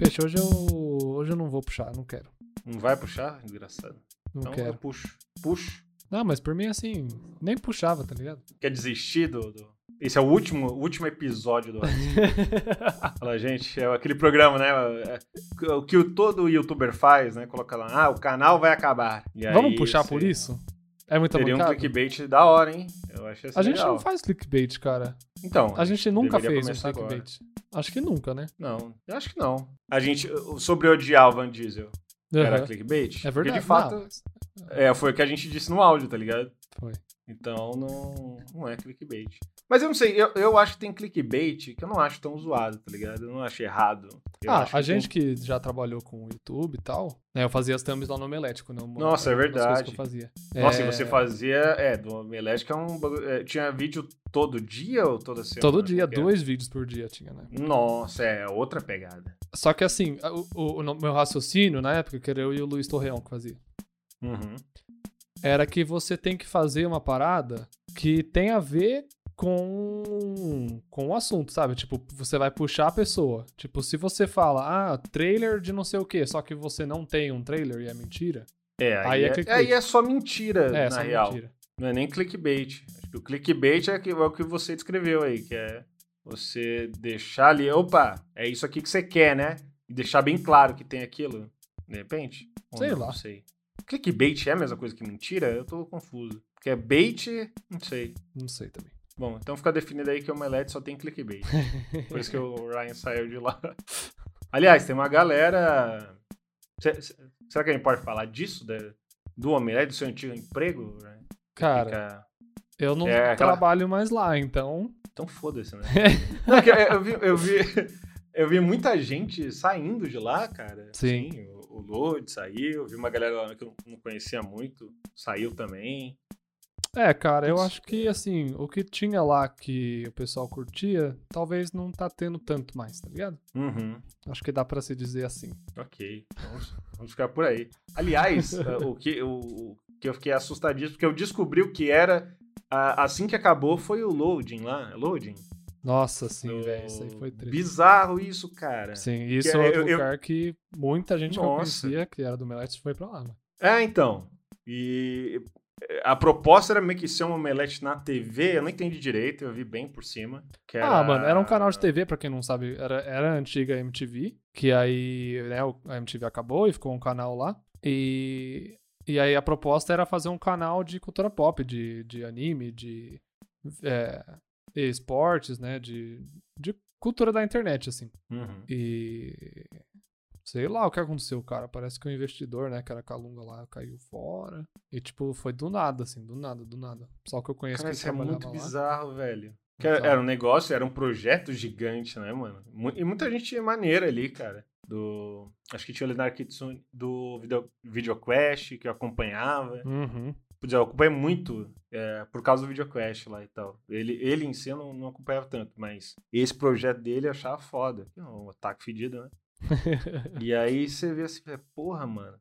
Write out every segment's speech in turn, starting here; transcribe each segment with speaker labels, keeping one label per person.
Speaker 1: Gente, hoje eu, hoje eu não vou puxar, não quero.
Speaker 2: Não vai puxar? Engraçado.
Speaker 1: Não
Speaker 2: Então eu
Speaker 1: quero.
Speaker 2: puxo. Puxo.
Speaker 1: Não, mas por mim, assim, nem puxava, tá ligado?
Speaker 2: Quer desistir do. do- Esse é o último, o último episódio do Fala, gente, é aquele programa, né? é- O que o- todo youtuber faz, né? Coloca lá, ah, o canal vai acabar. E
Speaker 1: Vamos
Speaker 2: aí
Speaker 1: puxar
Speaker 2: você-
Speaker 1: por isso? É muita
Speaker 2: Seria um
Speaker 1: bancada?
Speaker 2: clickbait da hora, hein? Eu acho assim.
Speaker 1: A gente não faz clickbait, cara.
Speaker 2: Então,
Speaker 1: A gente nunca fez
Speaker 2: deveria
Speaker 1: um
Speaker 2: começar agora.
Speaker 1: clickbait. Acho que nunca, né?
Speaker 2: Não, eu acho que não. A gente, sobre odiar o Van Diesel, era
Speaker 1: Aham.
Speaker 2: clickbait?
Speaker 1: É
Speaker 2: Porque
Speaker 1: verdade.
Speaker 2: de fato,
Speaker 1: não.
Speaker 2: é, foi o que a gente disse no áudio, tá ligado?
Speaker 1: Foi.
Speaker 2: Então, não, não é clickbait. Mas eu não sei, eu, eu acho que tem clickbait que eu não acho tão zoado, tá ligado? Eu não acho errado. Eu
Speaker 1: ah,
Speaker 2: acho
Speaker 1: a
Speaker 2: que tipo,
Speaker 1: gente que já trabalhou com o YouTube e tal, né? Eu fazia as thumbs lá no Omelete, quando eu
Speaker 2: Nossa, é
Speaker 1: uma das coisas Que
Speaker 2: verdade.
Speaker 1: eu fazia.
Speaker 2: tem- Nossa,
Speaker 1: É,
Speaker 2: e você fazia. É, do Omelete, que é um. bagulho- é, tinha vídeo todo dia ou toda semana?
Speaker 1: Todo dia,
Speaker 2: Qualquer.
Speaker 1: dois vídeos por dia tinha, né?
Speaker 2: Nossa, é outra pegada.
Speaker 1: Só que assim, o, o- o meu raciocínio na época, que era eu e o Luiz Torreão que fazia,
Speaker 2: Uhum.
Speaker 1: era que você tem que fazer uma parada que tem a ver com, com o assunto, sabe? Tipo, você vai puxar a pessoa. Tipo, se você fala, ah, trailer de não sei o quê, só que você não tem um trailer e é mentira,
Speaker 2: É, aí,
Speaker 1: Aí é
Speaker 2: é,
Speaker 1: clickbait.
Speaker 2: aí é só mentira,
Speaker 1: é,
Speaker 2: na
Speaker 1: só
Speaker 2: real.
Speaker 1: mentira.
Speaker 2: Não é nem clickbait. Acho que o clickbait é, que- é o que você descreveu aí, que é você deixar ali, opa, é isso aqui que você quer, né? E deixar bem claro que tem aquilo, de repente. Ou
Speaker 1: Sei
Speaker 2: não,
Speaker 1: lá.
Speaker 2: Não sei. Clickbait é a mesma coisa que mentira? Eu tô confuso. Porque é bait, não sei.
Speaker 1: Não sei também.
Speaker 2: Bom, então fica definido aí que o Omelete só tem clickbait. Por isso que o Ryan saiu de lá. Aliás, tem uma galera. Se- se- Será que a gente pode falar disso? da- Do Omelete, do seu antigo emprego? Ryan?
Speaker 1: Cara,
Speaker 2: Fica-
Speaker 1: eu não
Speaker 2: é aquela-
Speaker 1: trabalho mais lá, então.
Speaker 2: Então foda-se, né? Não, que eu, eu vi, eu, vi, eu vi muita gente saindo de lá, cara.
Speaker 1: Sim.
Speaker 2: Assim, o, o Lodi saiu, vi uma galera lá que eu não conhecia muito, saiu também.
Speaker 1: É, cara, eu
Speaker 2: Isso.
Speaker 1: acho que assim, o que tinha lá que o pessoal curtia, talvez não tá tendo tanto mais, tá ligado?
Speaker 2: Uhum.
Speaker 1: Acho que dá pra se dizer assim.
Speaker 2: Ok, vamos, vamos ficar por aí. Aliás, eh, o, que, o, o que eu fiquei assustadíssimo, porque eu descobri o que era ah, assim que acabou foi o loading lá. É Loading?
Speaker 1: Nossa, sim,
Speaker 2: Do-
Speaker 1: velho, isso aí foi triste.
Speaker 2: Bizarro isso, cara.
Speaker 1: Sim, isso
Speaker 2: Que
Speaker 1: é outro
Speaker 2: eu- eu-
Speaker 1: lugar que muita gente que eu
Speaker 2: Nossa.
Speaker 1: conhecia, que era do Melete, foi pra lá, mano.
Speaker 2: É, então. E eh, a proposta era meio que ser um omelete na TV, eu não entendi direito, eu vi bem por cima. que
Speaker 1: Ah, mano, era um canal de TV, pra quem não sabe, era, era a antiga MTV, que aí, né, o- a MTV acabou e ficou um canal lá. E, e aí a proposta era fazer um canal de cultura pop, de, de anime, de é, esportes, né, de, de cultura da internet, assim.
Speaker 2: Uhum.
Speaker 1: E sei lá o que aconteceu, cara. Parece que o investidor, né, que era Calunga lá, caiu fora. E tipo, foi do nada, assim, do nada, do nada. O pessoal que eu conheço
Speaker 2: Cara,
Speaker 1: que
Speaker 2: isso é muito
Speaker 1: trabalhava lá.
Speaker 2: bizarro, velho. Que
Speaker 1: Então.
Speaker 2: era um negócio, era um projeto gigante, né, mano? Mu- E muita gente maneira ali, cara. Do. Acho que tinha o Leonardo Kitsune do video, VideoQuest, que eu acompanhava.
Speaker 1: Uhum.
Speaker 2: Quer dizer, eu acompanhei muito é, por causa do VideoQuest lá e tal. Ele, ele em si eu não, não acompanhava tanto, mas esse projeto dele eu achava foda. É Um ataque fedido, né? e aí você vê assim, é, porra, mano.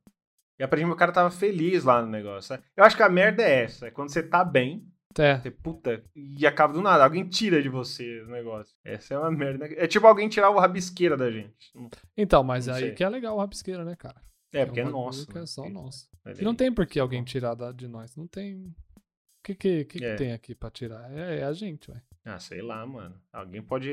Speaker 2: E aprendi que o cara tava feliz lá no negócio. né? Eu acho que a merda é essa, é quando você tá bem,
Speaker 1: É,
Speaker 2: você puta, e acaba do nada, alguém tira de você o negócio. Essa é uma merda. É tipo alguém tirar o rabisqueira da gente.
Speaker 1: então, mas
Speaker 2: Não
Speaker 1: aí
Speaker 2: sei.
Speaker 1: que é legal o rabisqueira, né, cara?
Speaker 2: É, porque é,
Speaker 1: um bagulho
Speaker 2: nosso.
Speaker 1: que
Speaker 2: né?
Speaker 1: é só nosso.
Speaker 2: Olha
Speaker 1: E não
Speaker 2: aí.
Speaker 1: tem por que alguém tirar da- de nós. Não tem. O que, que, que, que
Speaker 2: É.
Speaker 1: tem aqui pra tirar? É, é a gente, ué.
Speaker 2: Ah, sei lá, mano. Alguém pode,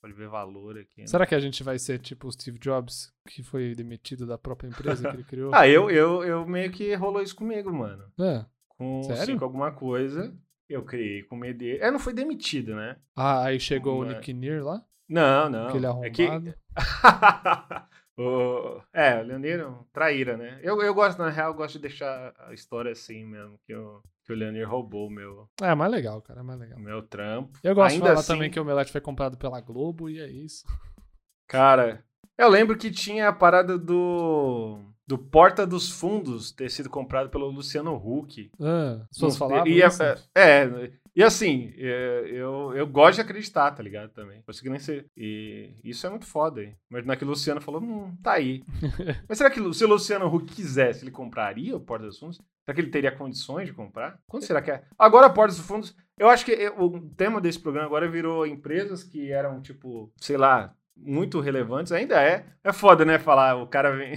Speaker 2: pode ver valor aqui. né?
Speaker 1: Será que a gente vai ser tipo o Steve Jobs, que foi demitido da própria empresa que ele criou?
Speaker 2: Ah, eu, eu, eu meio que rolou isso comigo, mano.
Speaker 1: É.
Speaker 2: Com,
Speaker 1: Sério? Hum.
Speaker 2: assim, com alguma coisa, eu criei com medo. É, não foi demitido, né?
Speaker 1: Ah, aí chegou o
Speaker 2: Mas-
Speaker 1: Nick Near lá,
Speaker 2: Não, não.
Speaker 1: aquele
Speaker 2: é que.
Speaker 1: arrombado.
Speaker 2: o, é, o Leonir é um traíra, né? Eu, eu gosto, na real, eu gosto de deixar a história assim mesmo, que, eu, que o Leonir roubou o meu,
Speaker 1: É, mais legal, cara, é mais legal.
Speaker 2: o meu trampo.
Speaker 1: Eu gosto
Speaker 2: Ainda
Speaker 1: de falar
Speaker 2: assim-
Speaker 1: também que o Omelete foi comprado pela Globo e é isso.
Speaker 2: Cara, eu lembro que tinha a parada do. Do Porta dos Fundos ter sido comprado pelo Luciano Huck.
Speaker 1: Ah, as pessoas
Speaker 2: Não,
Speaker 1: falavam
Speaker 2: E, e,
Speaker 1: isso?
Speaker 2: é, é, e assim, é, eu, eu gosto de acreditar, tá ligado? Também. Por isso que nem sei. E isso é muito foda, hein? Mas naquele Luciano falou, hum, tá aí. Mas será que se o Luciano Huck quisesse, ele compraria o Porta dos Fundos? Será que ele teria condições de comprar? Quando será que é? Agora a Porta dos Fundos. Eu acho que é- o tema desse programa agora virou empresas que eram, tipo, sei lá, muito relevantes. Ainda é. É foda, né? Falar, o cara vem.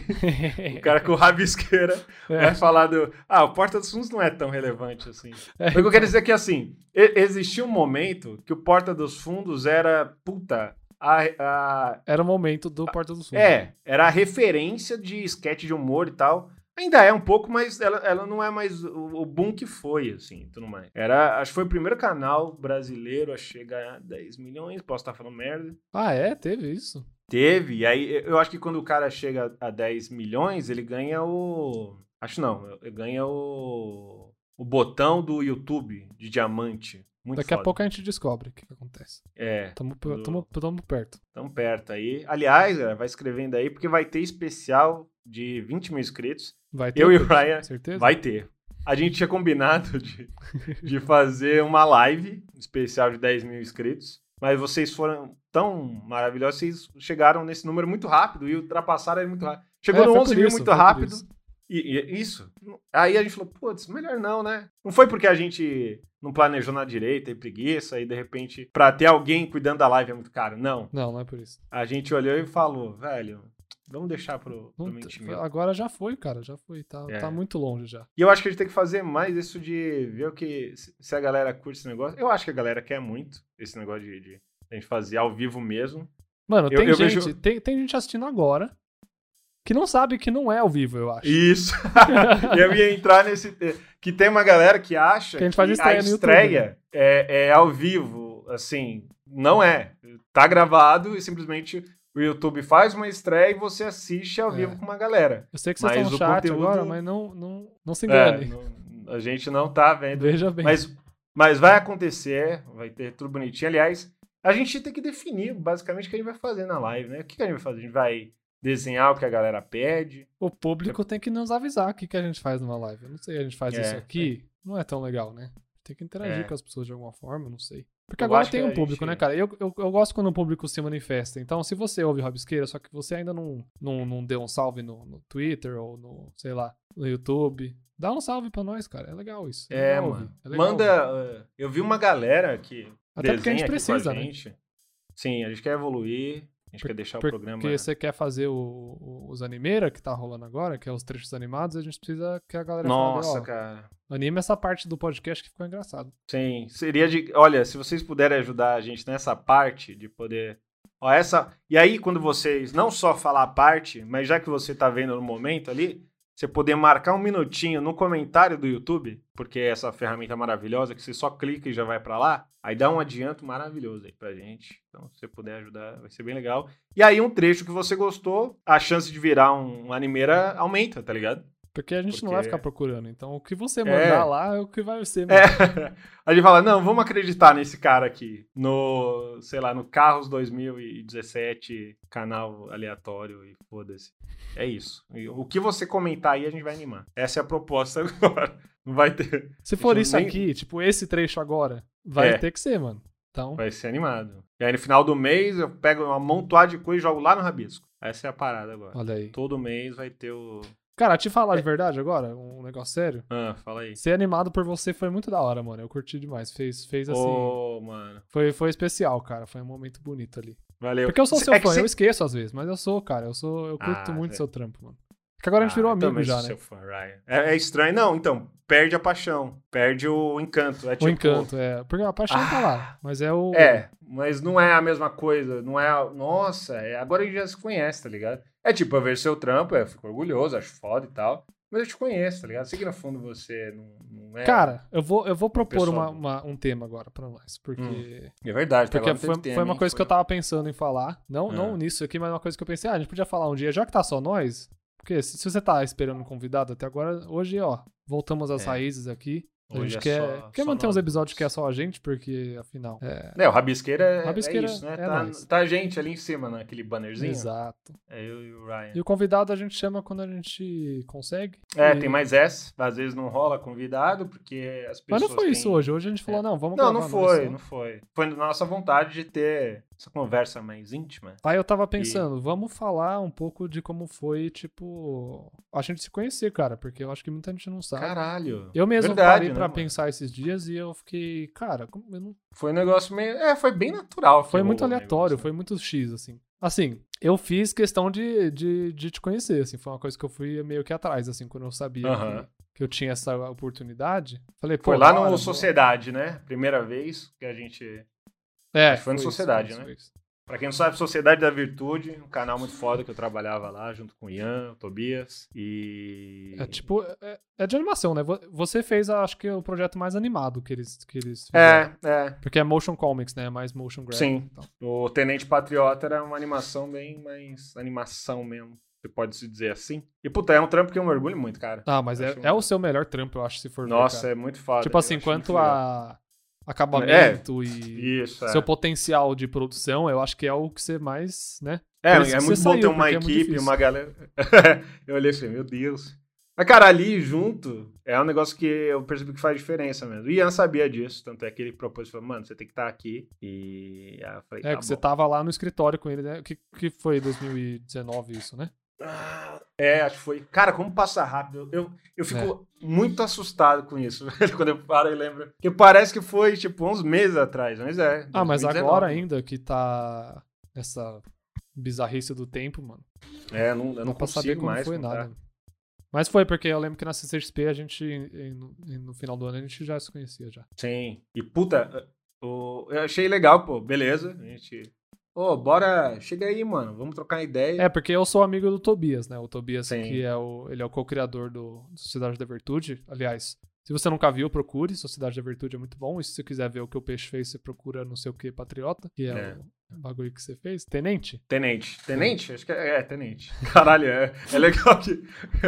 Speaker 2: o cara com rabisqueira vai falar do. Ah, o Porta dos Fundos não é tão relevante assim. Mas o que eu quero dizer é que, assim, e- existia um momento que o Porta dos Fundos era. Puta. A, a,
Speaker 1: Era o momento do Porta dos Fundos.
Speaker 2: é, era a referência de sketch de humor e tal. Ainda é um pouco, mas ela, ela não é mais o, o boom que foi, assim, tudo mais. Era, acho que foi o primeiro canal brasileiro a chegar a 10 milhões, posso estar falando merda.
Speaker 1: Ah, é? Teve isso.
Speaker 2: Teve, e aí eu acho que quando o cara chega a 10 milhões, ele ganha o... Acho não, ele ganha o... O botão do YouTube de diamante. Muito
Speaker 1: Daqui
Speaker 2: foda.
Speaker 1: a pouco a gente descobre o que, que acontece.
Speaker 2: É.
Speaker 1: Tamo, pe-
Speaker 2: Do-
Speaker 1: tamo, tamo perto.
Speaker 2: Tão perto aí. Aliás, galera, vai escrevendo aí, porque vai ter especial de 20 mil inscritos.
Speaker 1: Vai ter.
Speaker 2: Eu e o
Speaker 1: Pedro?
Speaker 2: Ryan
Speaker 1: Certeza?
Speaker 2: vai ter. A gente tinha combinado de, de fazer uma live especial de 10 mil inscritos, mas vocês foram tão maravilhosos, vocês chegaram nesse número muito rápido e ultrapassaram ele muito rápido. Chegou
Speaker 1: É,
Speaker 2: no
Speaker 1: foi
Speaker 2: 11
Speaker 1: por
Speaker 2: mil
Speaker 1: isso,
Speaker 2: muito
Speaker 1: foi por
Speaker 2: rápido.
Speaker 1: isso.
Speaker 2: E, e- isso. Aí a gente falou, putz, melhor não, né? Não foi porque a gente não planejou na direita e preguiça e de repente pra ter alguém cuidando da live é muito caro. Não.
Speaker 1: Não, não é por isso.
Speaker 2: A gente olhou e falou, velho, vamos deixar pro, pro
Speaker 1: Não t-
Speaker 2: Mentimil.
Speaker 1: agora já foi, cara. Já foi. Tá,
Speaker 2: É.
Speaker 1: tá muito longe já.
Speaker 2: E eu acho que a gente tem que fazer mais isso de ver o que. se- Se a galera curte esse negócio. Eu acho que a galera quer muito esse negócio de, de a gente fazer ao vivo mesmo.
Speaker 1: Mano,
Speaker 2: Eu-
Speaker 1: tem,
Speaker 2: eu
Speaker 1: gente,
Speaker 2: vejo-
Speaker 1: tem, tem gente assistindo agora que não sabe que não é ao vivo, eu acho.
Speaker 2: Isso! eu ia entrar nesse. Que tem uma galera que acha
Speaker 1: Que a gente faz
Speaker 2: a
Speaker 1: estreia no YouTube, né?
Speaker 2: estreia é, é ao vivo. Assim, não é. Tá gravado e simplesmente o YouTube faz uma estreia e você assiste ao
Speaker 1: É.
Speaker 2: vivo com uma galera.
Speaker 1: Eu sei que vocês
Speaker 2: Mas
Speaker 1: estão no
Speaker 2: o
Speaker 1: chat
Speaker 2: conteúdo-
Speaker 1: agora, mas não, não, não se
Speaker 2: É,
Speaker 1: engane.
Speaker 2: não- a gente não tá vendo
Speaker 1: Veja bem.
Speaker 2: Mas, mas vai acontecer, vai ter tudo bonitinho. Aliás, a gente tem que definir basicamente o que a gente vai fazer na live, né? O que que a gente vai fazer? A gente vai desenhar o que a galera pede.
Speaker 1: O público tem que nos avisar o que, que a gente faz numa live. Eu não sei, a gente faz
Speaker 2: É,
Speaker 1: isso aqui. Não é tão legal, né? Tem que interagir
Speaker 2: É.
Speaker 1: com as pessoas de alguma forma, eu não sei. Porque
Speaker 2: Eu
Speaker 1: agora
Speaker 2: acho
Speaker 1: tem
Speaker 2: que é
Speaker 1: um
Speaker 2: a
Speaker 1: público,
Speaker 2: gente-
Speaker 1: né, cara? Eu, eu, eu gosto quando o público se manifesta. Então, se você ouve Rabisqueira, só que você ainda não, não, não deu um salve no, no Twitter ou no, sei lá, no YouTube, dá um salve pra nós, cara. É legal isso.
Speaker 2: É,
Speaker 1: legal
Speaker 2: mano.
Speaker 1: ouvir, é legal ouvir.
Speaker 2: Manda. eh, Eu vi uma galera que.
Speaker 1: Até porque a
Speaker 2: desenha
Speaker 1: gente
Speaker 2: aqui com
Speaker 1: precisa, né?
Speaker 2: gente. Sim, a gente quer evoluir, a gente quer deixar o programa.
Speaker 1: Porque você quer fazer o- o- os animeira que tá rolando agora, que é os trechos animados, a gente precisa que a galera fale,
Speaker 2: Nossa,
Speaker 1: ó,
Speaker 2: cara.
Speaker 1: anime é essa parte do podcast que ficou engraçado.
Speaker 2: Sim, seria de. Olha, se vocês puderem ajudar a gente nessa parte de poder. Ó, essa. E aí, quando vocês não só falar a parte, mas já que você tá vendo no momento ali, você poder marcar um minutinho no comentário do YouTube, porque é essa ferramenta maravilhosa que você só clica e já vai pra lá, aí dá um adianto maravilhoso aí pra gente. Então, se você puder ajudar, vai ser bem legal. E aí, um trecho que você gostou, a chance de virar um, um animeira aumenta, tá ligado?
Speaker 1: Porque a gente não
Speaker 2: Porque-
Speaker 1: vai ficar procurando. Então, o que você mandar lá é o que vai ser. mesmo.
Speaker 2: É. A gente fala, não, vamos acreditar nesse cara aqui. No, sei lá, no Carros 2017, canal aleatório e foda-se. É isso. E O que você comentar aí, a gente vai animar. Essa é a proposta agora. Não vai ter.
Speaker 1: Se for
Speaker 2: Isso
Speaker 1: isso
Speaker 2: Então, nem-
Speaker 1: aqui, tipo, esse trecho agora, vai
Speaker 2: É.
Speaker 1: ter que ser, mano. Então,
Speaker 2: Vai ser animado. E aí no final do mês eu pego uma montoada de coisa e jogo lá no Rabisco. Essa é a parada agora.
Speaker 1: olha aí.
Speaker 2: Todo mês vai ter o.
Speaker 1: Cara, te falar
Speaker 2: É.
Speaker 1: de verdade agora, um negócio sério.
Speaker 2: Ah, fala aí.
Speaker 1: Ser animado por você foi muito da hora, mano. Eu curti demais. Fez, fez assim.
Speaker 2: Ô, mano.
Speaker 1: Foi, foi especial, cara. Foi um momento bonito ali.
Speaker 2: Valeu.
Speaker 1: Porque eu sou seu
Speaker 2: É que
Speaker 1: fã,
Speaker 2: cê-
Speaker 1: eu esqueço às vezes, mas eu sou, cara. Eu sou, eu curto
Speaker 2: Ah,
Speaker 1: muito
Speaker 2: velho.
Speaker 1: seu trampo, mano. Porque agora a gente virou
Speaker 2: Ah, eu
Speaker 1: amigo
Speaker 2: também
Speaker 1: já,
Speaker 2: sou
Speaker 1: né?
Speaker 2: seu fã, Ryan. É, é estranho. Não, então, perde a paixão. Perde o encanto. É
Speaker 1: O
Speaker 2: tipo-
Speaker 1: encanto, é. Porque a paixão tá lá. Mas é o.
Speaker 2: É, mas não é a mesma coisa. Não é. a- Nossa, é- agora a gente já se conhece, tá ligado? É tipo, eu vejo seu trampo, eu fico orgulhoso, acho foda e tal. Mas eu te conheço, tá ligado? Sei que no fundo você não, não é.
Speaker 1: Cara, eu vou, eu vou propor
Speaker 2: pessoal.
Speaker 1: uma- uma- um tema agora pra nós. Porque.
Speaker 2: É verdade, tá
Speaker 1: Porque
Speaker 2: Agora
Speaker 1: foi,
Speaker 2: teve tema,
Speaker 1: foi uma
Speaker 2: hein?
Speaker 1: coisa que eu
Speaker 2: Foi-
Speaker 1: tava pensando em falar. Não,
Speaker 2: Ah.
Speaker 1: não nisso aqui, mas uma coisa que eu pensei, ah, a gente podia falar um dia, já que tá só nós. Porque se, se você tá esperando um convidado até agora, hoje, ó, voltamos às
Speaker 2: É.
Speaker 1: raízes aqui. A
Speaker 2: Hoje
Speaker 1: gente
Speaker 2: é
Speaker 1: quer,
Speaker 2: só-
Speaker 1: quer
Speaker 2: só
Speaker 1: manter
Speaker 2: nós
Speaker 1: uns episódios
Speaker 2: dois.
Speaker 1: que é só a gente, porque afinal. É,
Speaker 2: É, o Rabisqueira é,
Speaker 1: Rabisqueira
Speaker 2: é isso, né?
Speaker 1: é
Speaker 2: tá,
Speaker 1: nós.
Speaker 2: tá a gente ali em cima, naquele bannerzinho.
Speaker 1: exato.
Speaker 2: É eu e o Ryan.
Speaker 1: E o convidado a gente chama quando a gente consegue.
Speaker 2: É,
Speaker 1: E-
Speaker 2: tem mais S, às vezes não rola convidado, porque as
Speaker 1: Mas
Speaker 2: pessoas.
Speaker 1: não foi
Speaker 2: têm-
Speaker 1: isso hoje. Hoje a gente falou, não, vamos né?"
Speaker 2: Não,
Speaker 1: gravar
Speaker 2: não
Speaker 1: nós
Speaker 2: foi,
Speaker 1: só.
Speaker 2: não foi. Foi na nossa vontade de ter essa conversa mais íntima.
Speaker 1: Aí eu tava pensando, vamos falar um pouco de como foi, tipo, a gente se conhecer, cara, porque eu acho que muita gente não sabe.
Speaker 2: Caralho.
Speaker 1: Tá. eu mesmo
Speaker 2: verdade,
Speaker 1: parei
Speaker 2: né,
Speaker 1: pra
Speaker 2: mano?
Speaker 1: pensar esses dias e eu fiquei, cara, como eu não
Speaker 2: Foi um negócio meio. É, foi bem natural. que
Speaker 1: Foi muito
Speaker 2: rolou o
Speaker 1: aleatório,
Speaker 2: negócio,
Speaker 1: foi muito X, assim. Assim, eu fiz questão de, de, de te conhecer, assim. Foi uma coisa que eu fui meio que atrás, assim, quando eu sabia
Speaker 2: Aham.
Speaker 1: que, que eu tinha essa oportunidade. Falei, pô,
Speaker 2: Foi lá
Speaker 1: da hora, vou-
Speaker 2: no Sociedade, né? Primeira vez que a gente.
Speaker 1: É,
Speaker 2: Acho que foi no
Speaker 1: isso,
Speaker 2: Sociedade,
Speaker 1: isso,
Speaker 2: né?
Speaker 1: foi isso.
Speaker 2: Pra quem não sabe, Sociedade da Virtude, um canal muito foda que eu trabalhava lá junto com o Ian, o Tobias. E.
Speaker 1: É tipo, é, é de animação, né? Vo- Você fez, acho que, o projeto mais animado que eles, que eles fizeram.
Speaker 2: É, é.
Speaker 1: Porque é motion comics, né? Mais motion graphic.
Speaker 2: Sim.
Speaker 1: e tal.
Speaker 2: O Tenente Patriota era uma animação bem mais animação mesmo. Você pode se dizer assim. E puta, é um trampo que eu me orgulho muito, cara.
Speaker 1: Ah, mas é,
Speaker 2: Acho
Speaker 1: é o seu melhor trampo, eu acho, se for ver,
Speaker 2: Nossa,
Speaker 1: cara.
Speaker 2: é muito foda.
Speaker 1: Tipo
Speaker 2: eu
Speaker 1: assim,
Speaker 2: acho
Speaker 1: quanto
Speaker 2: muito legal.
Speaker 1: a acabamento e...
Speaker 2: Isso, é.
Speaker 1: seu potencial de produção, eu acho que é o que você mais, né?
Speaker 2: É,
Speaker 1: Por isso
Speaker 2: é
Speaker 1: que
Speaker 2: muito
Speaker 1: você
Speaker 2: bom ter
Speaker 1: saiu,
Speaker 2: uma
Speaker 1: porque é muito
Speaker 2: equipe,
Speaker 1: difícil.
Speaker 2: uma galera. eu olhei assim, meu Deus. Mas, cara, ali junto é um negócio que eu percebi que faz diferença mesmo. E Ian sabia disso, tanto é que ele propôs, falou, mano, você tem que estar aqui. E aí eu falei,
Speaker 1: É,
Speaker 2: tá
Speaker 1: que você
Speaker 2: bom.
Speaker 1: tava lá no escritório com ele, né? Que, que foi 2019 isso, né?
Speaker 2: Ah, É, acho que foi. Cara, como passa rápido. Eu, eu fico muito assustado com isso, velho, quando eu paro e lembro. Porque parece que foi, tipo, uns meses atrás, mas é.
Speaker 1: Ah, mas
Speaker 2: 2019.
Speaker 1: agora ainda que tá essa bizarrice do tempo, mano.
Speaker 2: É, não, eu não,
Speaker 1: Não pra saber
Speaker 2: consigo
Speaker 1: como
Speaker 2: mais
Speaker 1: foi
Speaker 2: contar.
Speaker 1: nada. Mas foi, porque eu lembro que na CCXP a gente, em- no, em- no final do ano, a gente já se conhecia já.
Speaker 2: Sim. E puta, o- eu achei legal, pô. Beleza. A gente. Ô, bora. Chega aí, mano. Vamos trocar ideia.
Speaker 1: É, porque eu sou amigo do Tobias, né? O Tobias,
Speaker 2: Sim.
Speaker 1: que é o, ele é o co-criador do, do Sociedade da Virtude. Aliás, se você nunca viu, procure. Sociedade da Virtude é muito bom. E se você quiser ver o que o Peixe fez, você procura não sei o que Patriota, que é,
Speaker 2: É.
Speaker 1: o bagulho que você fez. Tenente?
Speaker 2: Tenente. Tenente? Acho que é, é, tenente. Caralho, é, é legal que.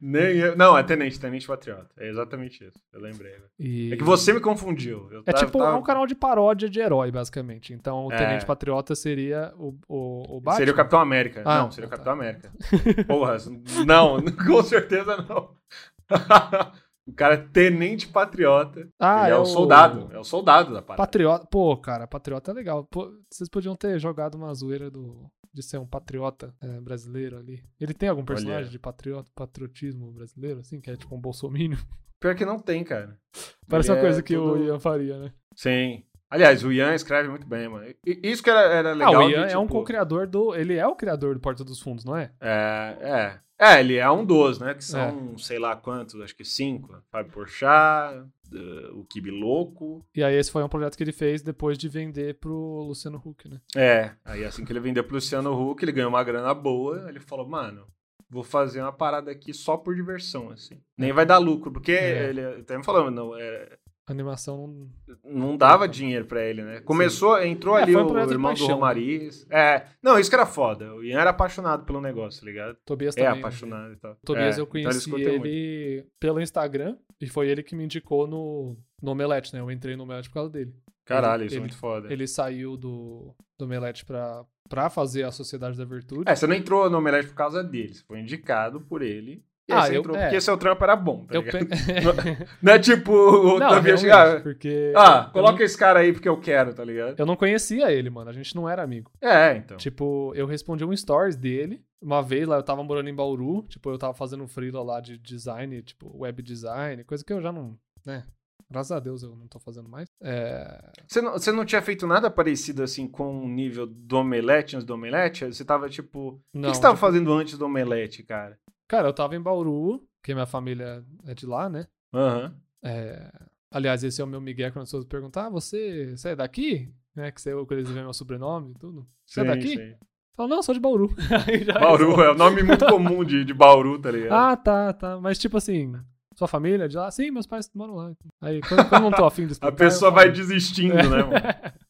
Speaker 2: Nem eu- Não, é tenente, tenente patriota. É exatamente isso. Eu lembrei. velho.
Speaker 1: E-
Speaker 2: É que você me confundiu. Eu
Speaker 1: É
Speaker 2: tava-
Speaker 1: tipo
Speaker 2: tava-
Speaker 1: é um canal de paródia de herói, basicamente. Então o
Speaker 2: É.
Speaker 1: Tenente Patriota seria o, o, o Batman.
Speaker 2: Seria o Capitão América.
Speaker 1: Ah,
Speaker 2: não, seria o
Speaker 1: tá.
Speaker 2: Capitão América. Porra, não, com certeza não. o cara é tenente patriota.
Speaker 1: Ah,
Speaker 2: Ele é, o soldado. É o soldado da parada.
Speaker 1: Patriota. Pô, cara, patriota é legal. Pô, vocês podiam ter jogado uma zoeira do, de ser um patriota é, brasileiro ali. Ele tem algum personagem
Speaker 2: Olha.
Speaker 1: de patriota, patriotismo brasileiro, assim, que é tipo um bolsominion?
Speaker 2: Pior que não tem, cara.
Speaker 1: Parece
Speaker 2: Ele
Speaker 1: uma
Speaker 2: é
Speaker 1: coisa que
Speaker 2: tudo-
Speaker 1: o Ian faria, né?
Speaker 2: Sim. Aliás, o Ian escreve muito bem, mano. E- e Isso que era, era legal.
Speaker 1: ah, o Ian
Speaker 2: de,
Speaker 1: é um
Speaker 2: tipo,
Speaker 1: co-criador do. Ele é o criador do Porta dos Fundos, não é?
Speaker 2: É, é. É, ele é um dos, né? Que são sei lá quantos, acho que cinco. Fábio Porchat, eh, o Kibi Louco.
Speaker 1: E aí esse foi um projeto que ele fez depois de vender pro Luciano Huck, né?
Speaker 2: É. Aí assim que ele vendeu pro Luciano Huck, ele ganhou uma grana boa. Ele falou, mano, vou fazer uma parada aqui só por diversão, assim. Nem vai dar lucro, porque
Speaker 1: É.
Speaker 2: ele até me falando, não, é,
Speaker 1: A animação não.
Speaker 2: não dava dinheiro pra ele, né? Começou, entrou
Speaker 1: É,
Speaker 2: ali
Speaker 1: foi um
Speaker 2: o
Speaker 1: projeto de
Speaker 2: irmão do
Speaker 1: paixão, né?
Speaker 2: Romariz. É, não, isso que era foda. O Ian era apaixonado pelo negócio, tá ligado?
Speaker 1: Tobias
Speaker 2: É
Speaker 1: também. né?
Speaker 2: apaixonado e tal.
Speaker 1: O Tobias
Speaker 2: É,
Speaker 1: eu
Speaker 2: então ele
Speaker 1: conheci
Speaker 2: escuta muito.
Speaker 1: ele pelo Instagram e foi ele que me indicou no, no Omelete, né? Eu entrei no Omelete por causa dele.
Speaker 2: Caralho, isso
Speaker 1: ele-
Speaker 2: é muito foda.
Speaker 1: Ele saiu do, do Omelete pra, pra fazer a Sociedade da Virtude.
Speaker 2: É, você não entrou no Omelete por causa dele, você foi indicado por ele. E aí
Speaker 1: Ah,
Speaker 2: você
Speaker 1: eu-
Speaker 2: entrou
Speaker 1: é.
Speaker 2: porque seu trampo era bom, tá
Speaker 1: eu
Speaker 2: ligado?
Speaker 1: pe...
Speaker 2: Não é tipo o
Speaker 1: não,
Speaker 2: Tobias
Speaker 1: realmente,
Speaker 2: chegar,
Speaker 1: porque
Speaker 2: Ah,
Speaker 1: eu
Speaker 2: coloca esse cara aí porque eu quero, tá ligado?
Speaker 1: não- eu não conhecia ele, mano. A gente não era amigo.
Speaker 2: É, então.
Speaker 1: Tipo, eu respondi um stories dele. Uma vez lá, eu tava morando em Bauru. Tipo, eu tava fazendo um freela lá de design, tipo, web design. Coisa que eu já não, né? Graças a Deus eu não tô fazendo mais. É...
Speaker 2: Você não, você não tinha feito nada parecido assim com o nível do Omelete antes do Omelete? Você tava tipo.
Speaker 1: Não,
Speaker 2: o que você tava fazendo antes do Omelete, cara?
Speaker 1: Cara, eu tava em Bauru, que minha família é de lá, né?
Speaker 2: Aham.
Speaker 1: É, Aliás, esse é o meu Miguel quando as pessoas perguntam: ah, você, você é daqui? Né? Que você, quando eles veem meu sobrenome e tudo. Você é
Speaker 2: Sim,
Speaker 1: daqui?
Speaker 2: sim.
Speaker 1: Eu falo, não, sou de Bauru. Aí já-
Speaker 2: Bauru, é o nome muito comum de, de Bauru, tá ligado?
Speaker 1: Ah, tá, tá. Mas tipo assim, sua família é de lá? Sim, meus pais moram lá. Aí, quando, quando eu não tô afim de
Speaker 2: A
Speaker 1: explicar,
Speaker 2: pessoa
Speaker 1: eu
Speaker 2: vai
Speaker 1: falo,
Speaker 2: desistindo, né, mano?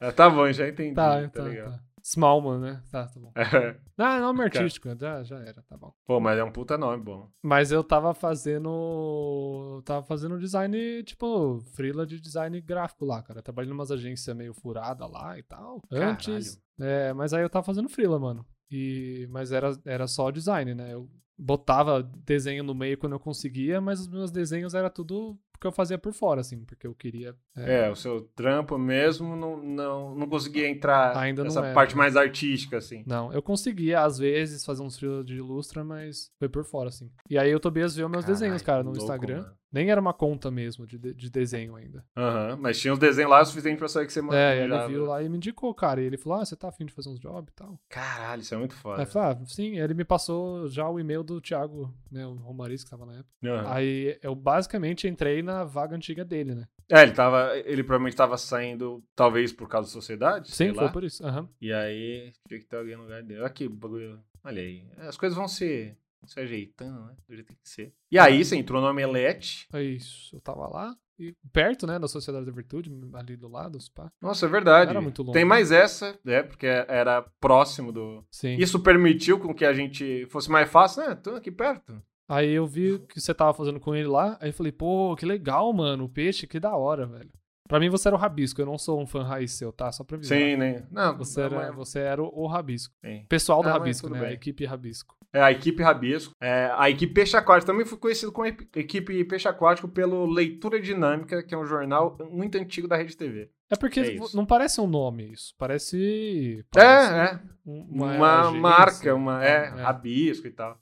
Speaker 2: Ah, tá bom, já entendi.
Speaker 1: Tá, tá,
Speaker 2: ligado?
Speaker 1: tá. Smallman, né? Tá, tá bom.
Speaker 2: É.
Speaker 1: Ah, nome
Speaker 2: Cara.
Speaker 1: artístico, já, já era, tá bom.
Speaker 2: Pô, mas é um puta nome bom.
Speaker 1: Mas eu tava fazendo. Tava fazendo design, tipo, freela de design gráfico lá, cara. Trabalhei numas agências meio furada lá e tal.
Speaker 2: Caralho.
Speaker 1: Antes. É, mas aí eu tava fazendo freela, mano. E, mas era, era só design, né? Eu botava desenho no meio quando eu conseguia, mas os meus desenhos era tudo porque eu fazia por fora, assim, porque eu queria.
Speaker 2: É, o seu trampo mesmo não, não, não conseguia entrar
Speaker 1: Ainda não é.
Speaker 2: nessa
Speaker 1: era.
Speaker 2: parte mais artística, assim.
Speaker 1: Não, eu conseguia, às vezes, fazer uns frios de ilustra, mas foi por fora, assim. E aí o Tobias viu meus desenhos,
Speaker 2: Caralho,
Speaker 1: cara,
Speaker 2: que
Speaker 1: no
Speaker 2: louco,
Speaker 1: Instagram.
Speaker 2: mano.
Speaker 1: Nem era uma conta mesmo de, de- de desenho ainda.
Speaker 2: Aham, mas tinha uns desenhos lá o suficiente pra saber que você
Speaker 1: é, e ele
Speaker 2: manjava.
Speaker 1: viu lá e me indicou, cara. E ele falou: Ah, você tá afim de fazer uns jobs e tal.
Speaker 2: Caralho, isso é muito
Speaker 1: Aí
Speaker 2: foda.
Speaker 1: eu falei, ah, sim, ele me passou já o e-mail do Thiago, né? O Romariz que tava na época.
Speaker 2: Aham.
Speaker 1: Aí eu basicamente entrei na vaga antiga dele, né?
Speaker 2: É, ele tava. Ele provavelmente tava saindo, talvez por causa da sociedade. sei
Speaker 1: Sim, foi
Speaker 2: lá.
Speaker 1: por isso. Aham.
Speaker 2: E aí tinha que ter alguém no lugar dele. Olha que bagulho. Olha aí. As coisas vão se, se ajeitando, né? Do jeito que tem que ser. E aí você entrou no Omelete.
Speaker 1: É isso, eu tava lá. E perto, né, da Sociedade da Virtude, ali do lado, os pá.
Speaker 2: Nossa, é verdade.
Speaker 1: Era muito longe.
Speaker 2: Tem mais essa, né? Porque era próximo do.
Speaker 1: Sim.
Speaker 2: Isso permitiu com que a gente fosse mais fácil, né? Tô aqui perto.
Speaker 1: Aí eu vi o que você tava fazendo com ele lá, aí eu falei, pô, que legal, mano, o peixe, que da hora, velho. Pra mim você era o rabisco, eu não sou um fã raiz seu, tá? Só pra avisar.
Speaker 2: Sim, né? Não,
Speaker 1: Você
Speaker 2: não,
Speaker 1: era,
Speaker 2: mas-
Speaker 1: você era o rabisco.
Speaker 2: Sim.
Speaker 1: Pessoal do
Speaker 2: Ah, mas
Speaker 1: rabisco,
Speaker 2: tudo
Speaker 1: né? A
Speaker 2: bem.
Speaker 1: equipe rabisco.
Speaker 2: É, a equipe Rabisco. É, a equipe Peixe Aquático. Também foi conhecido como equi- equipe Peixe Aquático pelo Leitura Dinâmica, que é um jornal muito antigo da Rede TV.
Speaker 1: É porque
Speaker 2: É isso.
Speaker 1: não parece um nome isso, parece, parece
Speaker 2: É, é.
Speaker 1: um-
Speaker 2: Uma,
Speaker 1: agência.
Speaker 2: marca, uma. É,
Speaker 1: É.
Speaker 2: Rabisco e tal.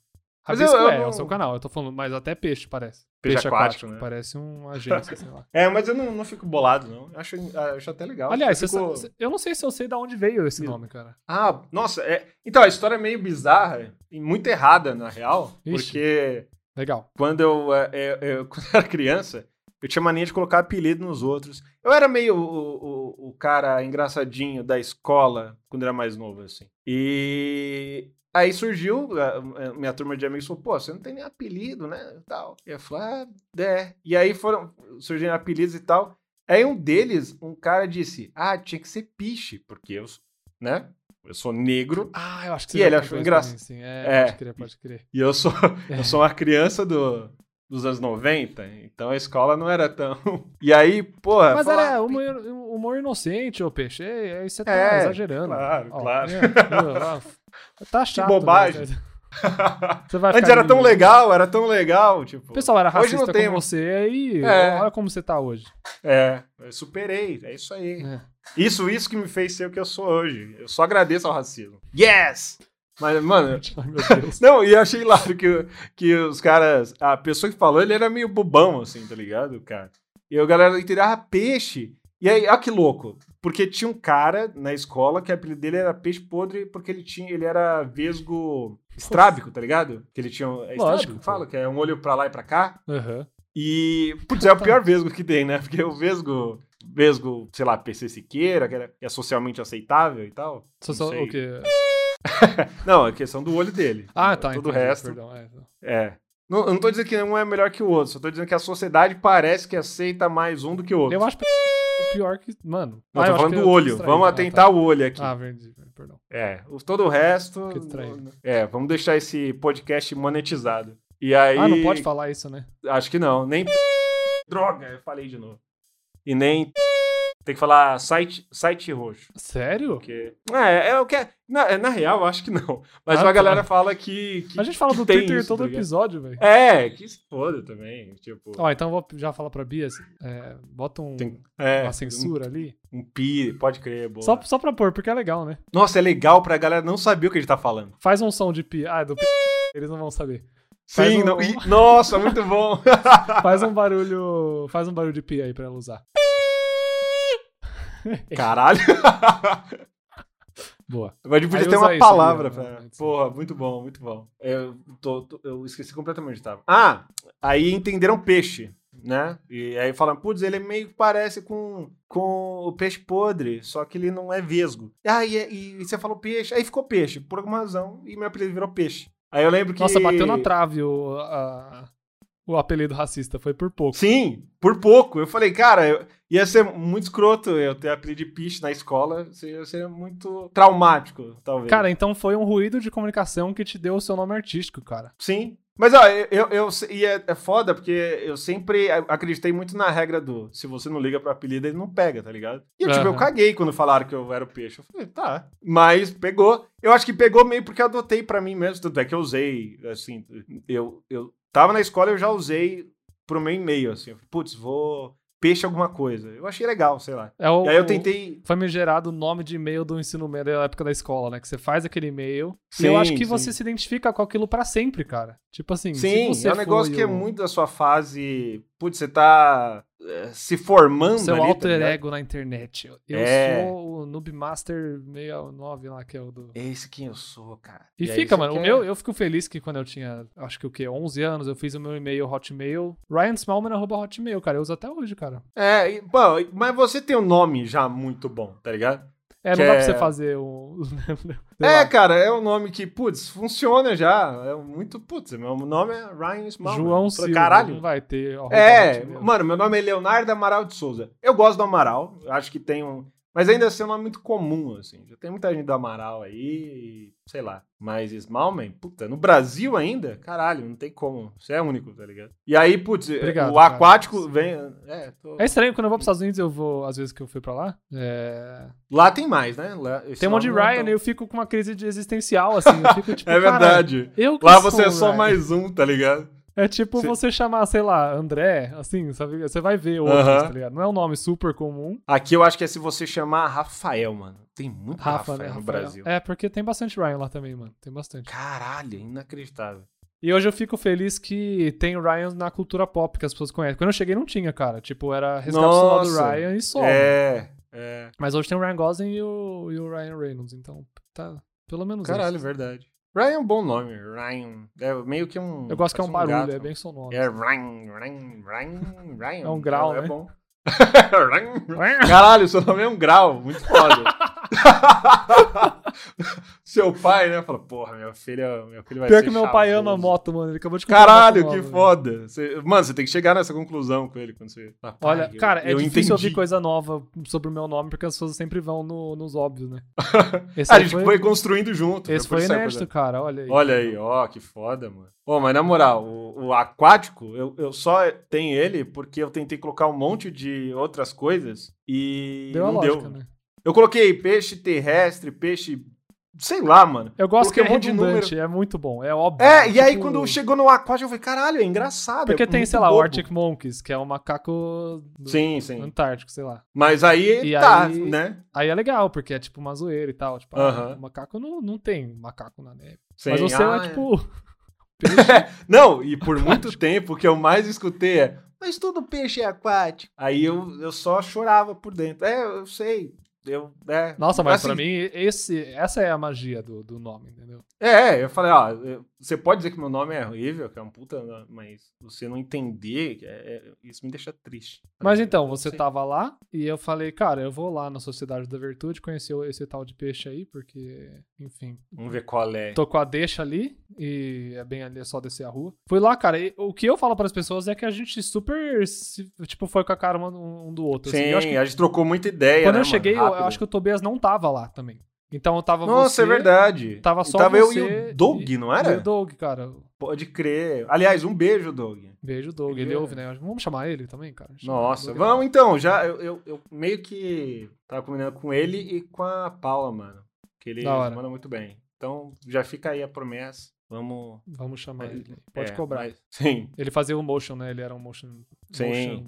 Speaker 2: Mas
Speaker 1: Rabisco
Speaker 2: eu- eu
Speaker 1: é, é
Speaker 2: não-
Speaker 1: o seu canal, eu tô falando, mas até peixe parece.
Speaker 2: Peixe aquático, né?
Speaker 1: Parece uma agência, sei lá.
Speaker 2: É, mas eu não, não fico bolado, não. Eu acho, ah, eu acho até legal.
Speaker 1: Aliás,
Speaker 2: eu
Speaker 1: você
Speaker 2: fico-
Speaker 1: sa- eu não sei se eu sei de onde veio esse
Speaker 2: Meu.
Speaker 1: nome, cara.
Speaker 2: Ah, nossa. é- Então, a história é meio bizarra e muito errada, na real.
Speaker 1: Ixi.
Speaker 2: Porque
Speaker 1: Legal.
Speaker 2: quando eu, é, é, eu- quando eu era criança, eu tinha mania de colocar apelido nos outros. Eu era meio o, o, o cara engraçadinho da escola quando era mais novo, assim. E aí surgiu, a- a minha turma de amigos falou, pô, você não tem nem apelido, né? e Tal. E eu falei, ah, é. E aí foram surgindo apelidos e tal. Aí um deles, um cara disse, ah, tinha que ser piche, porque eu, sou- né? Eu sou negro
Speaker 1: Ah, eu acho que
Speaker 2: E
Speaker 1: você já
Speaker 2: ele
Speaker 1: contou
Speaker 2: achou
Speaker 1: isso
Speaker 2: engraçado.
Speaker 1: pra mim, sim. É,
Speaker 2: É.
Speaker 1: pode crer, pode crer.
Speaker 2: e eu sou, eu sou uma criança do, dos anos 90, então a escola não era tão. E aí, porra.
Speaker 1: Mas
Speaker 2: falar-
Speaker 1: era humor, humor inocente, ô peixe. É, Aí você tá
Speaker 2: É,
Speaker 1: exagerando.
Speaker 2: claro, claro.
Speaker 1: é, é, é, tá chato. né,
Speaker 2: bobagem.
Speaker 1: cara? Você vai
Speaker 2: Antes
Speaker 1: ficar
Speaker 2: era tão
Speaker 1: ali-
Speaker 2: legal, era tão legal, tipo.
Speaker 1: O pessoal era
Speaker 2: Hoje
Speaker 1: racista
Speaker 2: não tem,
Speaker 1: com
Speaker 2: mano.
Speaker 1: você e
Speaker 2: É.
Speaker 1: olha como você tá hoje.
Speaker 2: É, eu superei, é isso aí.
Speaker 1: É.
Speaker 2: Isso, isso que me fez ser o que eu sou hoje. Eu só agradeço ao racismo. Yes! Mas, mano,
Speaker 1: Ai, meu Deus.
Speaker 2: Não, e eu achei hilário que, que os caras. A pessoa que falou, ele era meio bobão, assim, tá ligado, cara? E a galera entendeu, ah, peixe. E aí, olha que louco. Porque tinha um cara na escola que o apelido dele era peixe podre porque ele tinha ele era vesgo estrábico, tá ligado? Que ele tinha. um- É
Speaker 1: Lógico,
Speaker 2: estrábico,
Speaker 1: pô.
Speaker 2: que fala, que é um olho pra lá e pra cá.
Speaker 1: Aham.
Speaker 2: E, putz, é o pior vesgo que tem, né? Porque o vesgo. Vesgo, sei lá, PC Siqueira, que era- que é socialmente aceitável e tal.
Speaker 1: Só,
Speaker 2: Não
Speaker 1: só
Speaker 2: sei.
Speaker 1: o quê?
Speaker 2: Não, é questão do olho dele.
Speaker 1: Ah, tá.
Speaker 2: Todo o
Speaker 1: entendi,
Speaker 2: resto.
Speaker 1: perdão, é.
Speaker 2: É. Não, eu não tô dizendo que um é melhor que o outro, só tô dizendo que a sociedade parece que aceita mais um do que o outro.
Speaker 1: Eu acho que o pior que. Mano.
Speaker 2: Não,
Speaker 1: Ah, eu
Speaker 2: tô
Speaker 1: acho
Speaker 2: falando
Speaker 1: que eu
Speaker 2: do olho.
Speaker 1: distraído.
Speaker 2: Vamos
Speaker 1: Ah,
Speaker 2: atentar
Speaker 1: tá.
Speaker 2: o olho aqui.
Speaker 1: Ah, verdade, perdão.
Speaker 2: É. O- todo o resto.
Speaker 1: Fiquei distraído.
Speaker 2: É, vamos deixar esse podcast monetizado. E aí.
Speaker 1: Ah, não pode falar isso, né?
Speaker 2: Acho que não. Nem. Droga, eu falei de novo. E nem. Tem que falar site, site roxo.
Speaker 1: Sério?
Speaker 2: Porque. É, é o que. é- Na, é, na real, eu acho que não. Mas
Speaker 1: Ah,
Speaker 2: uma
Speaker 1: tá.
Speaker 2: galera fala que. que-
Speaker 1: A gente fala
Speaker 2: que
Speaker 1: do
Speaker 2: tem
Speaker 1: Twitter
Speaker 2: isso,
Speaker 1: todo
Speaker 2: tá ligado?
Speaker 1: episódio, velho.
Speaker 2: É, que se foda também. Tipo.
Speaker 1: Ó, então eu vou já falar pra Bia, assim, é, bota um,
Speaker 2: Tem- é,
Speaker 1: uma censura ali.
Speaker 2: Um pi, pode crer, boa.
Speaker 1: Só, só pra pôr, porque é legal, né?
Speaker 2: Nossa, é legal pra galera não saber o que a gente tá falando.
Speaker 1: Faz um som de pi. Ah, é do pi. Eles não vão saber. Faz
Speaker 2: Sim,
Speaker 1: um-
Speaker 2: não- Ih, nossa, muito bom.
Speaker 1: Faz um barulho. Faz um barulho de pi aí pra ela usar.
Speaker 2: Caralho.
Speaker 1: Boa.
Speaker 2: Agora a gente
Speaker 1: Aí
Speaker 2: podia ter
Speaker 1: usa
Speaker 2: uma
Speaker 1: isso,
Speaker 2: palavra
Speaker 1: Guilherme,
Speaker 2: pra.
Speaker 1: né?
Speaker 2: Porra, muito bom, muito bom. É, Eu, tô- tô- eu esqueci completamente onde tava. Ah, aí entenderam peixe, né? E aí falam, putz, ele é meio que parece com, com o peixe podre, só que ele não é vesgo. Ah, e, e- e você falou peixe, aí ficou peixe, por alguma razão, e meu apelido virou peixe. Aí eu lembro que.
Speaker 1: Nossa, bateu na trave o, a- o apelido racista. Foi por pouco.
Speaker 2: Sim, por pouco. Eu falei, cara, eu- ia ser muito escroto eu ter apelido de piche na escola. Seria, seria muito traumático, talvez.
Speaker 1: Cara, então foi um ruído de comunicação que te deu o seu nome artístico, cara.
Speaker 2: Sim. Mas, ó, eu, eu, eu- e é, é foda porque eu sempre a- acreditei muito na regra do se você não liga pro apelido, ele não pega, tá ligado? E eu, tipo, eu
Speaker 1: Aham.
Speaker 2: caguei quando falaram que eu era o peixe. Eu falei, tá. Mas pegou. Eu acho que pegou meio porque eu adotei pra mim mesmo. Tanto é que eu usei, assim, eu, eu tava na escola eu já usei pro meu e-mail, assim. Eu falei, Putz, vou. Peixe alguma coisa. Eu achei legal, sei lá.
Speaker 1: É o,
Speaker 2: E aí eu tentei.
Speaker 1: famigerado nome de e-mail do ensino médio da época da escola, né? Que você faz aquele e-mail. e
Speaker 2: Sim,
Speaker 1: eu acho que
Speaker 2: sim.
Speaker 1: você se identifica com aquilo pra sempre, cara. Tipo assim, se
Speaker 2: Sim,
Speaker 1: você
Speaker 2: é um negócio
Speaker 1: foi
Speaker 2: que é
Speaker 1: o-
Speaker 2: muito da sua fase. Putz, você tá eh, se formando.
Speaker 1: Seu
Speaker 2: ali, tá
Speaker 1: alter
Speaker 2: ligado?
Speaker 1: ego na internet. Eu
Speaker 2: É.
Speaker 1: sou o Noob Master 69 lá, que é o do.
Speaker 2: É esse quem eu sou, cara.
Speaker 1: E
Speaker 2: aí
Speaker 1: fica,
Speaker 2: você
Speaker 1: mano. O
Speaker 2: quer-
Speaker 1: meu, eu fico feliz que quando eu tinha, acho que o quê? 11 anos, eu fiz o meu e-mail Hotmail. RyanSmallman.hotmail, cara. Eu uso até hoje, cara.
Speaker 2: É, e, bom, e- mas você tem um nome já muito bom, tá ligado?
Speaker 1: É, não
Speaker 2: Que
Speaker 1: dá pra
Speaker 2: é-
Speaker 1: você fazer um. sei
Speaker 2: é,
Speaker 1: lá,
Speaker 2: cara, é um nome que, putz, funciona já. É muito, putz, meu nome é Ryan Small.
Speaker 1: João Silva. um Não
Speaker 2: Caralho.
Speaker 1: vai ter. arroba
Speaker 2: É,
Speaker 1: Hotmail.
Speaker 2: mano, meu nome é Leonardo Amaral de Souza. Eu gosto do Amaral, eu acho que tem um. Mas ainda assim é um nome muito comum, assim. Já tem muita gente do Amaral aí, e, sei lá. Mas Smallman, puta, no Brasil ainda, caralho, não tem como. Você é único, tá ligado? E aí, putz,
Speaker 1: Obrigado,
Speaker 2: o
Speaker 1: cara.
Speaker 2: aquático vem. É, tô-
Speaker 1: É estranho, quando eu vou pros Estados Unidos, eu vou, às vezes que eu fui pra lá, é,
Speaker 2: Lá tem mais, né? Lá- esse
Speaker 1: tem um monte de
Speaker 2: nome não é
Speaker 1: Ryan
Speaker 2: tão-
Speaker 1: e eu fico com uma crise de existencial, assim, eu fico tipo,
Speaker 2: É
Speaker 1: "Caralho,
Speaker 2: verdade.
Speaker 1: eu que
Speaker 2: Lá
Speaker 1: sou
Speaker 2: você é
Speaker 1: um
Speaker 2: só
Speaker 1: Ryan."
Speaker 2: mais um, tá ligado?
Speaker 1: É tipo
Speaker 2: Cê-
Speaker 1: você chamar, sei lá, André, assim, sabe? Você vai ver outros,
Speaker 2: Aham.
Speaker 1: tá ligado? Não é um nome super comum.
Speaker 2: Aqui eu acho que é se você chamar Rafael, mano. Tem muito
Speaker 1: Rafa,
Speaker 2: Rafael,
Speaker 1: né?
Speaker 2: no
Speaker 1: Rafael.
Speaker 2: Brasil.
Speaker 1: É, porque tem bastante Ryan lá também, mano. Tem bastante.
Speaker 2: Caralho, é inacreditável.
Speaker 1: E hoje eu fico feliz que tem Ryan na cultura pop que as pessoas conhecem. Quando eu cheguei não tinha, cara. Tipo, era resgate do
Speaker 2: Nossa.
Speaker 1: Ryan e só. mano.
Speaker 2: é, é.
Speaker 1: Mas hoje tem o Ryan Gosling e o, e o Ryan Reynolds, então tá pelo menos
Speaker 2: Caralho,
Speaker 1: isso.
Speaker 2: verdade. Ryan é um bom nome. Ryan. É meio que um.
Speaker 1: Eu gosto que é um
Speaker 2: parece
Speaker 1: barulho,
Speaker 2: gato.
Speaker 1: é bem sonoro.
Speaker 2: É Ryan, Ryan, Ryan, Ryan.
Speaker 1: É um grau,
Speaker 2: é,
Speaker 1: né?
Speaker 2: bom. Ryan, Caralho, seu nome é um grau, muito foda. seu pai, né? Fala, porra, meu filho, meu filho vai
Speaker 1: Pior
Speaker 2: ser
Speaker 1: que meu pai
Speaker 2: chavoso.
Speaker 1: ama moto, mano. Ele acabou de comprar uma
Speaker 2: Caralho,
Speaker 1: moto
Speaker 2: que
Speaker 1: nova,
Speaker 2: foda. Você- mano, você tem que chegar nessa conclusão com ele quando você. Ah, pai,
Speaker 1: Olha,
Speaker 2: eu-
Speaker 1: cara, é
Speaker 2: eu
Speaker 1: difícil
Speaker 2: entendi.
Speaker 1: ouvir coisa nova sobre o meu nome, porque as pessoas sempre vão no- nos óbvios, né? Esse
Speaker 2: Ah, a
Speaker 1: aí
Speaker 2: gente foi, construindo junto.
Speaker 1: esse
Speaker 2: né? Por
Speaker 1: foi
Speaker 2: isso é a
Speaker 1: inédito,
Speaker 2: coisa-
Speaker 1: cara. Olha aí.
Speaker 2: Olha aí, ó, que foda, mano. Pô, mas na moral, o, o aquático, eu, eu só tenho ele porque eu tentei colocar um monte de outras coisas e
Speaker 1: Deu a
Speaker 2: não
Speaker 1: lógica,
Speaker 2: deu.
Speaker 1: né?
Speaker 2: Eu coloquei peixe terrestre, peixe. sei lá, mano.
Speaker 1: Eu gosto
Speaker 2: Porque
Speaker 1: que é
Speaker 2: um monte de
Speaker 1: redundante, é muito bom, é óbvio.
Speaker 2: É, e aí
Speaker 1: Tipo,
Speaker 2: quando chegou no aquático, eu falei, caralho, é engraçado.
Speaker 1: Porque
Speaker 2: é
Speaker 1: tem,
Speaker 2: muito
Speaker 1: sei lá, o
Speaker 2: bobo.
Speaker 1: Arctic Monkeys, que é um macaco do
Speaker 2: Sim, sim.
Speaker 1: Antártico, sei lá.
Speaker 2: Mas aí
Speaker 1: E
Speaker 2: tá,
Speaker 1: aí-
Speaker 2: né?
Speaker 1: Aí é legal, porque é tipo uma zoeira e tal. Tipo, ah,
Speaker 2: Aham.
Speaker 1: o macaco não, não tem macaco na neve.
Speaker 2: Sim,
Speaker 1: Mas o seu
Speaker 2: ah,
Speaker 1: é tipo.
Speaker 2: Não, e por muito tempo o que eu mais escutei é, mas todo peixe é aquático. Aí eu, eu só chorava por dentro. É, eu sei. Eu, é,
Speaker 1: Nossa, mas pra
Speaker 2: assim,
Speaker 1: mim, esse, essa é a magia do, do nome, entendeu?
Speaker 2: É, é, eu falei, ó, eu- você pode dizer que meu nome é horrível, que é um puta, nome, mas você não entender, é- é- isso me deixa triste.
Speaker 1: Mas então, você
Speaker 2: Sim.
Speaker 1: tava lá e eu falei, cara, eu vou lá na Sociedade da Virtude conhecer esse tal de peixe aí, porque, enfim,
Speaker 2: Vamos ver qual é.
Speaker 1: tô com a deixa ali e é bem ali, é só descer a rua. Fui lá, cara, e o que eu falo pras pessoas é que a gente super, se- tipo, foi com a cara um, um do outro. assim.
Speaker 2: Sim,
Speaker 1: Eu acho que
Speaker 2: a gente trocou muita ideia,
Speaker 1: quando
Speaker 2: né,
Speaker 1: eu
Speaker 2: mano?
Speaker 1: cheguei, eu, eu
Speaker 2: Rápido.
Speaker 1: acho que o Tobias não tava lá também. Então eu tava
Speaker 2: Nossa,
Speaker 1: você,
Speaker 2: é verdade.
Speaker 1: Tava
Speaker 2: E
Speaker 1: só
Speaker 2: tava eu
Speaker 1: você
Speaker 2: e o Doug, não
Speaker 1: e
Speaker 2: era?
Speaker 1: o Doug, cara.
Speaker 2: Pode crer. Aliás, um beijo, Doug.
Speaker 1: Beijo, Doug. Ele
Speaker 2: É.
Speaker 1: ouve, né? Vamos chamar ele também, cara? Chama
Speaker 2: Nossa,
Speaker 1: o Doug.
Speaker 2: vamos então, já eu, eu, eu meio que tava combinando com ele e com a Paula, mano. Que eles
Speaker 1: Da hora.
Speaker 2: mandam muito bem. Então já fica aí a promessa. Vamos.
Speaker 1: né? Vamos chamar
Speaker 2: Mas-
Speaker 1: ele. Pode
Speaker 2: é,
Speaker 1: cobrar.
Speaker 2: mas- sim.
Speaker 1: Ele fazia o motion, né? Ele era um motion.
Speaker 2: Sim.
Speaker 1: Motion,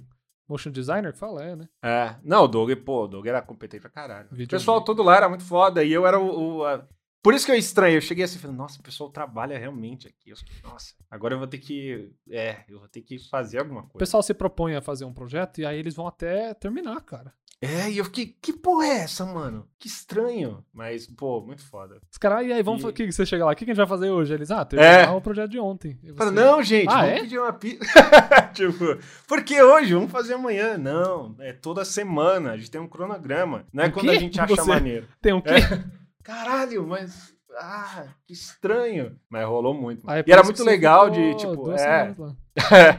Speaker 1: motion designer? que Fala, é, né?
Speaker 2: É. Não, o Doug, pô, o Doug era competente pra caralho. O
Speaker 1: Videogame.
Speaker 2: pessoal todo lá era muito foda. E eu era o. o, a- Por isso que eu estranho. Eu cheguei assim falei, nossa, o pessoal trabalha realmente aqui. Eu fiquei, nossa, agora eu vou ter que. É, eu vou ter que fazer alguma
Speaker 1: O
Speaker 2: coisa.
Speaker 1: pessoal se propõe a fazer um projeto e aí eles vão até terminar, cara.
Speaker 2: É, e eu fiquei, que porra é essa, mano? Que estranho. Mas, pô, muito foda.
Speaker 1: Os caras, e aí, vamos.
Speaker 2: E-
Speaker 1: fa- O que que você chega lá? O que que a gente vai fazer hoje? Eles, ah, terminar
Speaker 2: É.
Speaker 1: o projeto de ontem. E
Speaker 2: Fala,
Speaker 1: você-
Speaker 2: não, gente,
Speaker 1: Ah,
Speaker 2: vamos
Speaker 1: é?
Speaker 2: pedir uma pizza. tipo, porque hoje, vamos fazer amanhã. Não, é toda semana, a gente tem um cronograma. Não é
Speaker 1: O
Speaker 2: quando
Speaker 1: quê?
Speaker 2: a gente acha
Speaker 1: Você-
Speaker 2: maneiro.
Speaker 1: Tem o quê?
Speaker 2: É. Caralho, mas. Ah, que estranho. Mas rolou muito.
Speaker 1: Aí, Ah, é por
Speaker 2: e era
Speaker 1: isso
Speaker 2: muito
Speaker 1: que você
Speaker 2: legal de,
Speaker 1: ficou
Speaker 2: tipo.
Speaker 1: duas
Speaker 2: É.
Speaker 1: semanas lá.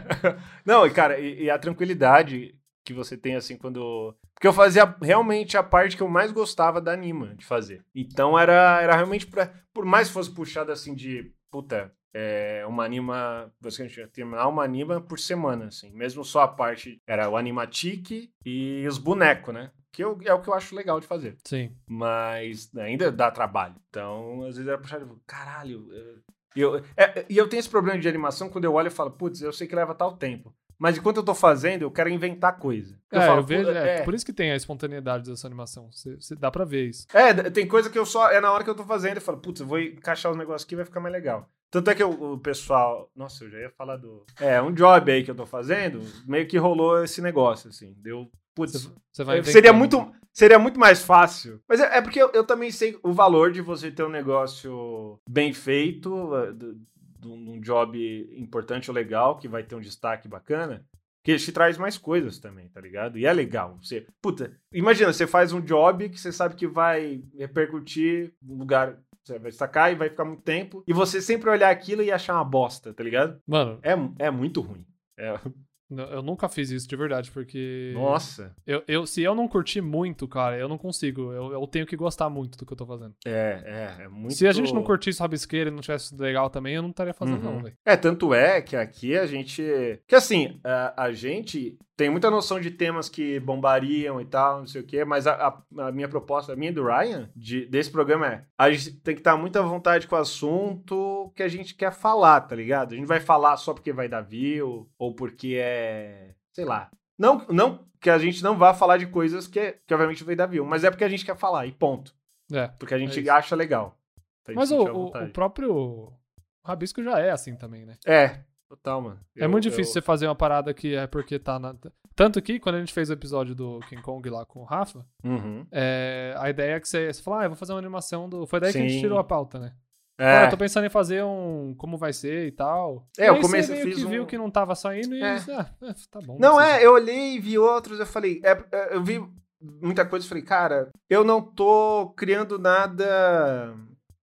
Speaker 2: não, e cara, e, e a tranquilidade que você tem, assim, quando. Porque eu fazia realmente a parte que eu mais gostava da Anima de fazer. Então era, era realmente pra. Por mais que fosse puxado assim de. Puta, é, uma anima. Você tinha que terminar uma anima por semana, assim. Mesmo só a parte. Era o Animatic e os bonecos, né? Que eu- é o que eu acho legal de fazer
Speaker 1: Sim.
Speaker 2: mas ainda dá trabalho. Então, às vezes era puxado, tipo, eh, caralho. eh, E eu, é, é, e eu tenho esse problema de animação quando eu olho e falo, putz, eu sei que leva tal tempo. Mas enquanto eu tô fazendo, eu quero inventar coisa.
Speaker 1: É,
Speaker 2: falo,
Speaker 1: eu vejo,
Speaker 2: "Pô,
Speaker 1: é,
Speaker 2: é,
Speaker 1: por isso que tem a espontaneidade dessa animação. Cê, cê- dá pra ver isso.
Speaker 2: É, d- tem coisa que eu só. É na hora que eu tô fazendo, eu falo, putz, eu vou encaixar os negócios aqui vai ficar mais legal. Tanto é que o, o pessoal. Nossa, eu já ia falar do. É, um job aí que eu tô fazendo, meio que rolou esse negócio, assim. Deu. Putz,
Speaker 1: Você vai
Speaker 2: eu- seria
Speaker 1: inventando.
Speaker 2: muito, seria muito mais fácil. Mas é, é porque eu, eu também sei o valor de você ter um negócio bem feito, eh, do- de um de um job importante ou legal, que vai ter um destaque bacana, que te traz mais coisas também, tá ligado? E é legal. Você, puta, imagina, você faz um job que você sabe que vai repercutir no lugar. Você vai destacar e vai ficar muito tempo. E você sempre olhar aquilo e achar uma bosta, tá ligado?
Speaker 1: Mano,
Speaker 2: É, é muito ruim. É,
Speaker 1: n- eu nunca fiz isso de verdade, porque.
Speaker 2: nossa.
Speaker 1: Eu, eu- se eu não curtir muito, cara, eu não consigo. Eu, eu tenho que gostar muito do que eu tô fazendo.
Speaker 2: É, é, é muito
Speaker 1: Se a gente não curtisse rabisqueira e não tivesse sido legal também, eu não estaria fazendo,
Speaker 2: Uhum.
Speaker 1: não, velho.
Speaker 2: É, tanto é que aqui a gente. Que assim, a, a gente tem muita noção de temas que bombariam e tal, não sei o quê, mas a, a- a minha proposta, a minha e do Ryan, de- desse programa é: a gente tem que estar muito à vontade com o assunto que a gente quer falar, tá ligado? A gente vai falar só porque vai dar view ou porque é. sei lá. Não, não que a gente não vá falar de coisas que, que obviamente vai dar view, mas é porque a gente quer falar e ponto.
Speaker 1: É.
Speaker 2: Porque a gente
Speaker 1: isso.
Speaker 2: acha legal. Então a gente
Speaker 1: Mas
Speaker 2: se
Speaker 1: o,
Speaker 2: sente à
Speaker 1: o-
Speaker 2: vontade.
Speaker 1: o próprio rabisco já é assim também, né?
Speaker 2: É, total, mano.
Speaker 1: é
Speaker 2: Eu-
Speaker 1: muito
Speaker 2: eu-
Speaker 1: difícil você fazer uma parada que é porque tá na. Tanto que, quando a gente fez o episódio do King Kong lá com o Rafa,
Speaker 2: Uhum.
Speaker 1: é, a ideia é que você, você fala, ah, eu vou fazer uma animação do. Foi daí que a gente
Speaker 2: Sim.
Speaker 1: tirou a pauta, né?
Speaker 2: É.
Speaker 1: Cara, eu tô pensando em fazer um. Como vai ser e tal.
Speaker 2: É,
Speaker 1: E
Speaker 2: eu
Speaker 1: aí você
Speaker 2: comecei-
Speaker 1: meio
Speaker 2: fiz
Speaker 1: que
Speaker 2: um-
Speaker 1: viu que não tava saindo e.
Speaker 2: É.
Speaker 1: disse, Ah, é, tá bom.
Speaker 2: Não
Speaker 1: precisa.
Speaker 2: é, eu olhei e vi outros, eu falei, é, é, eu vi muita coisa e falei, cara, eu não tô criando nada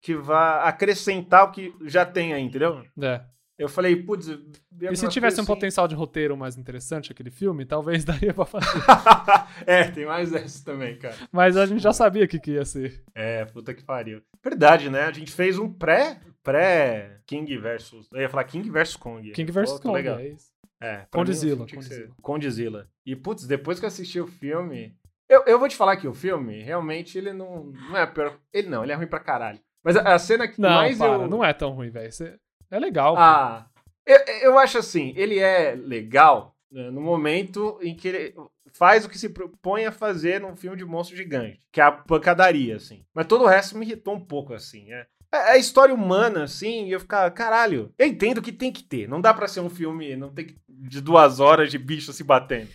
Speaker 2: que vá acrescentar o que já tem aí, entendeu?
Speaker 1: É.
Speaker 2: Eu falei, putz, eu vi
Speaker 1: E se
Speaker 2: algumas
Speaker 1: tivesse um
Speaker 2: coisas
Speaker 1: potencial de roteiro mais interessante aquele filme, talvez daria pra fazer.
Speaker 2: assim. é, tem mais essa também, cara.
Speaker 1: Mas a gente já sabia o que, que ia ser.
Speaker 2: É, puta que pariu. Verdade, né? A gente fez um pré, pré King versus, eu ia falar King versus Kong.
Speaker 1: King
Speaker 2: Pô,
Speaker 1: vs.
Speaker 2: tá
Speaker 1: Kong,
Speaker 2: legal.
Speaker 1: é isso.
Speaker 2: É,
Speaker 1: Condizila, Condizila.
Speaker 2: Condizila. Condizila. E, putz, depois que eu assisti o filme. Eu, eu vou te falar que o filme, realmente, ele não, não é a pior. Ele não, ele é ruim pra caralho. Mas a, a cena que
Speaker 1: Não,
Speaker 2: mais
Speaker 1: para,
Speaker 2: eu.
Speaker 1: não é tão ruim, velho. Cê- É legal. pô.
Speaker 2: Ah, eu, eu acho assim, ele é legal né, no momento em que ele faz o que se propõe a fazer num filme de monstro gigante, que é a pancadaria, assim. Mas todo o resto me irritou um pouco, assim, é. É a história humana, assim, e eu ficava, caralho, eu entendo que tem que ter. Não dá pra ser um filme, não tem que- de duas horas de bicho se batendo.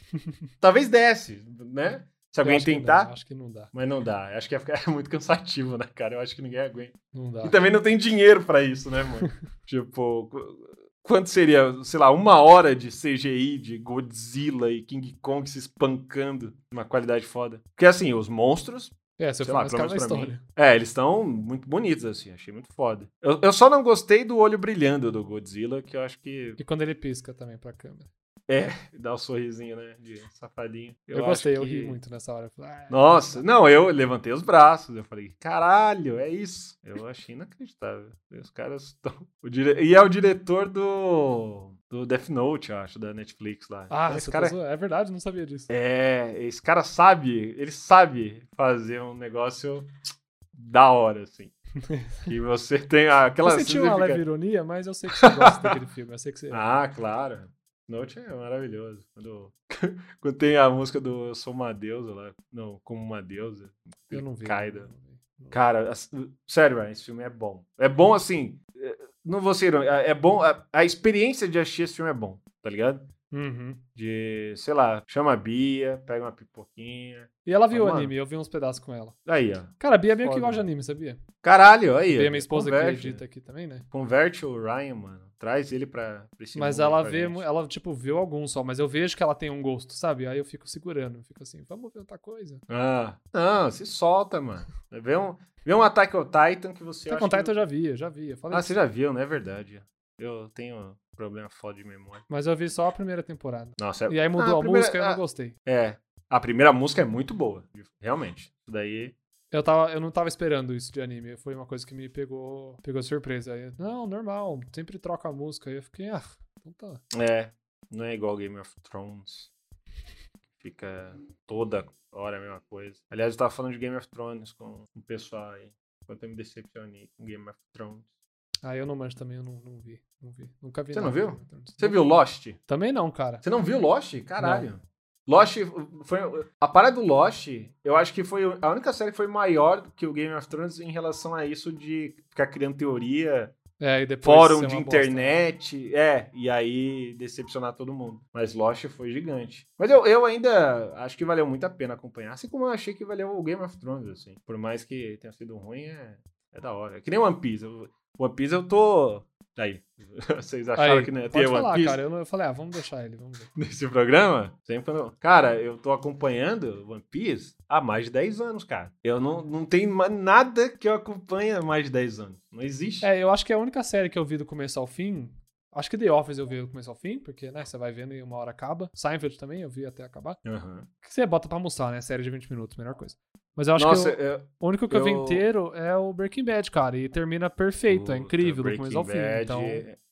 Speaker 2: Talvez desse, né? Se
Speaker 1: Eu
Speaker 2: alguém
Speaker 1: acho que
Speaker 2: tentar,
Speaker 1: não, acho que não dá.
Speaker 2: mas não dá. Acho que ia ficar muito cansativo, né, cara? Eu acho que ninguém aguenta.
Speaker 1: Não dá.
Speaker 2: E também não tem dinheiro pra isso, né, mano? tipo, qu- quanto seria, sei lá, uma hora de CGI de Godzilla e King Kong se espancando numa qualidade foda? Porque assim, os monstros,
Speaker 1: é, se eu
Speaker 2: sei
Speaker 1: for
Speaker 2: lá,
Speaker 1: mais
Speaker 2: pelo
Speaker 1: cara na
Speaker 2: menos pra mim.
Speaker 1: história.
Speaker 2: É, eles estão muito bonitos, assim, achei muito foda. Eu, eu só não gostei do olho brilhando do Godzilla, que eu acho que
Speaker 1: E quando ele pisca também pra câmera.
Speaker 2: dá um sorrisinho, né, de safadinho.
Speaker 1: Eu,
Speaker 2: acho
Speaker 1: gostei, eu
Speaker 2: que-
Speaker 1: ri muito nessa hora. Eu falei, ah,
Speaker 2: Nossa, não, eu levantei os braços, eu falei, caralho, é isso. Eu achei inacreditável. Os caras estão. o dire- E é o diretor do. do Death Note, eu acho, da Netflix lá.
Speaker 1: Ah,
Speaker 2: Então,
Speaker 1: você
Speaker 2: esse
Speaker 1: tá
Speaker 2: cara.
Speaker 1: zoando. é verdade, eu não sabia disso.
Speaker 2: É, esse cara sabe, ele sabe fazer um negócio da hora, assim. E você tem aquela.
Speaker 1: eu senti
Speaker 2: você
Speaker 1: uma
Speaker 2: fica-
Speaker 1: leve ironia, mas eu sei que você gosta daquele filme. Eu sei que você.
Speaker 2: Ah, claro. Note é maravilhoso. Quando, quando tem a música do Eu Sou Uma Deusa lá. Não, Como Uma Deusa.
Speaker 1: eu não vi.
Speaker 2: Caida.
Speaker 1: não vi.
Speaker 2: Cara, ass- sério, Ryan, esse filme é bom. É
Speaker 1: Uhum.
Speaker 2: bom assim. é- Não vou ser. irônico, É é bom. A, a experiência de assistir esse filme é bom, tá ligado?
Speaker 1: Uhum.
Speaker 2: De, sei lá, chama a Bia, pega uma pipoquinha.
Speaker 1: E ela viu o
Speaker 2: Mano.
Speaker 1: anime, eu vi uns pedaços com ela.
Speaker 2: Aí, ó.
Speaker 1: Cara, a Bia meio que
Speaker 2: Foda,
Speaker 1: gosta de
Speaker 2: mano.
Speaker 1: anime, sabia?
Speaker 2: Caralho, aí.
Speaker 1: Tem
Speaker 2: ó,
Speaker 1: a minha esposa que
Speaker 2: converte,
Speaker 1: edita aqui também, né?
Speaker 2: Converte o Ryan, mano. Traz ele pra, pra esse
Speaker 1: Mas
Speaker 2: mundo aí
Speaker 1: ela
Speaker 2: pra
Speaker 1: vê,
Speaker 2: gente.
Speaker 1: mu- ela tipo viu alguns só, mas eu vejo que ela tem um gosto, sabe? Aí eu fico segurando, eu fico assim, vamos ver outra coisa.
Speaker 2: Ah, não, se solta, mano. Vê um, vê um Attack on Titan que
Speaker 1: Até
Speaker 2: você. acha que-
Speaker 1: contato então eu já vi, eu já vi. Eu falei
Speaker 2: Ah,
Speaker 1: isso.
Speaker 2: você já viu, não é verdade? Eu tenho um problema foda de memória.
Speaker 1: Mas eu vi só a primeira temporada.
Speaker 2: Nossa, é,
Speaker 1: E aí mudou a,
Speaker 2: Ah, a primeira-
Speaker 1: música e eu não
Speaker 2: ah.
Speaker 1: gostei.
Speaker 2: É. A primeira música é muito boa, realmente. Isso daí.
Speaker 1: Eu, tava, eu não tava esperando isso de anime. Foi uma coisa que me pegou, pegou surpresa. Aí, eu, não, normal, sempre troca a música. Aí eu fiquei, ah, então tá.
Speaker 2: É. Não é igual Game of Thrones. Fica toda hora a mesma coisa. Aliás, eu tava falando de Game of Thrones com o pessoal aí. Quanto eu me decepcionei com Game of Thrones.
Speaker 1: Ah, eu não manjo também, eu não, não vi. Não vi. Nunca vi
Speaker 2: Você não
Speaker 1: nada de
Speaker 2: viu?
Speaker 1: Game of Thrones.
Speaker 2: Você viu Lost?
Speaker 1: Também não, cara.
Speaker 2: Você não viu Lost? Caralho. Lost foi. A parada do Lost, eu acho que foi a única série que foi maior que o Game of Thrones em relação a isso de ficar criando teoria,
Speaker 1: É, e depois
Speaker 2: fórum
Speaker 1: ser
Speaker 2: de
Speaker 1: uma bosta.
Speaker 2: internet. É, e aí decepcionar todo mundo. Mas Lost foi gigante. Mas eu, eu ainda acho que valeu muito a pena acompanhar. Assim como eu achei que valeu o Game of Thrones, assim. Por mais que tenha sido ruim, é, é da hora. É que nem One Piece. Eu- One Piece eu tô. Aí. Vocês acharam
Speaker 1: Aí,
Speaker 2: que não ia ter
Speaker 1: pode
Speaker 2: One
Speaker 1: falar,
Speaker 2: Piece?
Speaker 1: cara. Eu, não- eu falei, ah, vamos deixar ele, vamos ver.
Speaker 2: nesse programa, sempre quando. eu- Cara, eu tô acompanhando One Piece há mais de 10 anos, cara. Eu não, não tenho ma- nada que eu acompanhe há mais de 10 anos. Não existe.
Speaker 1: É, eu acho que é a única série que eu vi do começo ao fim. Acho que The Office eu vi do começo ao fim, porque, né, você vai vendo e uma hora acaba. Seinfeld também eu vi até acabar.
Speaker 2: Aham.
Speaker 1: Que você bota pra almoçar, né? Série de 20 minutos, melhor coisa. Mas eu acho
Speaker 2: Nossa,
Speaker 1: que eu-
Speaker 2: eu-
Speaker 1: o único que eu, vi
Speaker 2: eu-
Speaker 1: inteiro é o Breaking Bad, cara. E termina perfeito, é
Speaker 2: Puta,
Speaker 1: incrível do
Speaker 2: Breaking
Speaker 1: começo ao fim.
Speaker 2: Bad,
Speaker 1: Então,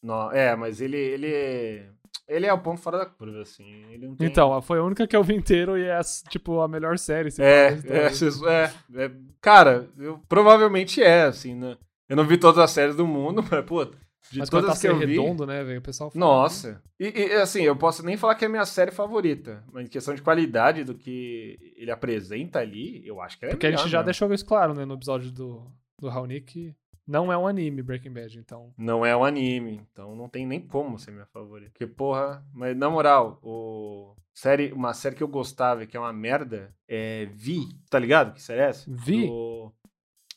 Speaker 2: não, é, mas ele, ele, ele é o ponto fora da curva, assim. Ele não tem...
Speaker 1: então, foi a única que eu vi inteiro e é, tipo, a melhor série. se for
Speaker 2: É,
Speaker 1: da história.
Speaker 2: é, vocês- é, é, cara, eu, provavelmente é, assim, né? Eu não vi todas as séries do mundo, mas, pô, de
Speaker 1: Mas quando
Speaker 2: todas
Speaker 1: tá
Speaker 2: que eu
Speaker 1: ser
Speaker 2: vi...
Speaker 1: redondo, né, velho? O pessoal fala,
Speaker 2: Nossa. E, e, assim, eu posso nem falar que é a minha série favorita, mas em questão de qualidade do que ele apresenta ali, eu acho que ela é
Speaker 1: Porque a gente
Speaker 2: melhor,
Speaker 1: já
Speaker 2: né?
Speaker 1: deixou isso claro, né, no episódio do, do Raoni, que não é um anime Breaking Bad, então.
Speaker 2: Não é um anime, então não tem nem como ser minha favorita. Porque, porra, mas na moral, o série, uma série que eu gostava e que é uma merda é Vi, tá ligado? Que série é essa?
Speaker 1: Vi?
Speaker 2: Do,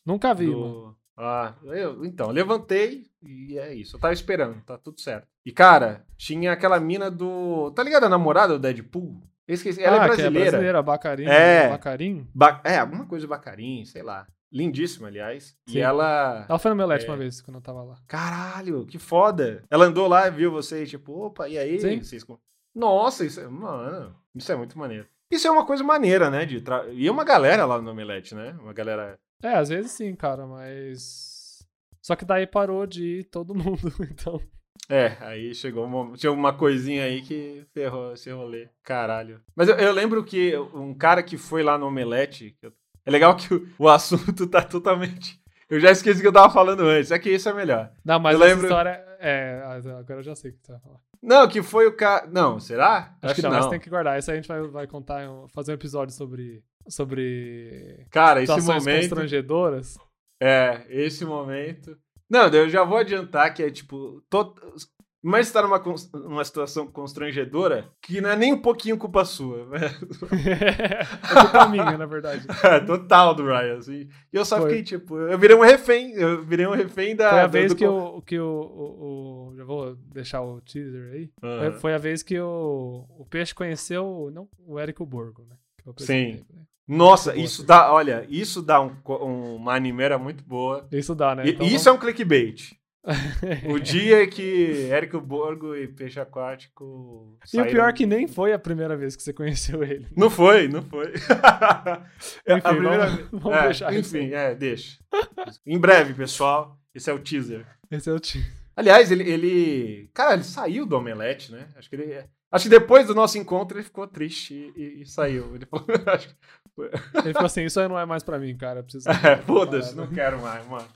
Speaker 1: Nunca vi,
Speaker 2: do-
Speaker 1: mano.
Speaker 2: Ah, eu, então, levantei e é isso. Eu tava esperando, tá tudo certo. E, cara, tinha aquela mina do. Tá ligado a namorada do Deadpool? Eu esqueci. Ela
Speaker 1: Ah,
Speaker 2: é
Speaker 1: que
Speaker 2: brasileira.
Speaker 1: brasileira, né, Bacarim.
Speaker 2: É.
Speaker 1: Bacarim.
Speaker 2: Ba- é, alguma coisa de Bacarim, sei lá. Lindíssima, aliás.
Speaker 1: Sim.
Speaker 2: E ela.
Speaker 1: Ela foi no meu LED
Speaker 2: É.
Speaker 1: uma vez, quando eu tava lá.
Speaker 2: Caralho, que foda. Ela andou lá, viu vocês, tipo, opa, e aí?
Speaker 1: Sim.
Speaker 2: Vocês... com- Nossa, isso é. Mano, isso é muito maneiro. Isso é uma coisa maneira, né? De tra- E uma galera lá no Omelete, né? Uma galera.
Speaker 1: É, às vezes sim, cara, mas... Só que daí parou de ir todo mundo, então...
Speaker 2: É, aí chegou uma... tinha uma coisinha aí que ferrou esse rolê. Caralho. Mas eu, eu lembro que um cara que foi lá no Omelete. que eu- É legal que o, o assunto tá totalmente. Eu já esqueci o que eu tava falando antes. É que isso é melhor.
Speaker 1: Não, mas
Speaker 2: Eu
Speaker 1: essa
Speaker 2: lembro-
Speaker 1: história... É, agora eu já sei o que tu vai falar. Acho,
Speaker 2: Não, que foi o cara. Não, será?
Speaker 1: que, não, mas tem que guardar. Isso aí a gente vai, vai contar, um- fazer um episódio sobre... Sobre...
Speaker 2: Cara, esse
Speaker 1: Situações
Speaker 2: momento.
Speaker 1: constrangedoras.
Speaker 2: É, esse momento. Não, eu já vou adiantar que é tipo. to- Mas está numa, cons- numa situação constrangedora que não é nem um pouquinho culpa sua.
Speaker 1: é culpa minha, na verdade.
Speaker 2: É total do Ryan, assim. E eu só
Speaker 1: Foi.
Speaker 2: fiquei, tipo, eu virei um refém. Eu virei um refém da.
Speaker 1: Foi a
Speaker 2: do-
Speaker 1: vez
Speaker 2: do-
Speaker 1: que, o, que o, o- o- Já vou deixar o teaser aí. Foi-
Speaker 2: Aham.
Speaker 1: Foi a vez que o, o Peixe conheceu o- não, o Érico Borgo, né? Que eu apresentei,
Speaker 2: Sim.
Speaker 1: né?
Speaker 2: Nossa,
Speaker 1: Boa.
Speaker 2: isso dá. Olha, isso dá um co- uma animera muito boa.
Speaker 1: Isso dá, né?
Speaker 2: E-
Speaker 1: Então
Speaker 2: e isso é um clickbait.
Speaker 1: vamos-
Speaker 2: O dia que Érico Borgo e Peixe Aquático.
Speaker 1: E o
Speaker 2: saíram-
Speaker 1: pior é que nem foi a primeira vez que você conheceu ele.
Speaker 2: Não foi, não foi.
Speaker 1: Enfim,
Speaker 2: a primeira
Speaker 1: vamos, vamos
Speaker 2: É,
Speaker 1: deixar isso.
Speaker 2: enfim, é, deixa. em breve, pessoal. Esse é o teaser.
Speaker 1: Esse é o teaser.
Speaker 2: Aliás, ele, ele. Cara, ele saiu do Omelete, né? Acho que ele. Acho que depois do nosso encontro ele ficou triste e, e- e saiu. Ele falou, acho que-
Speaker 1: Ele falou assim, isso aí não é mais pra mim, cara. eu Preciso...
Speaker 2: é, foda-se, não quero mais, mano.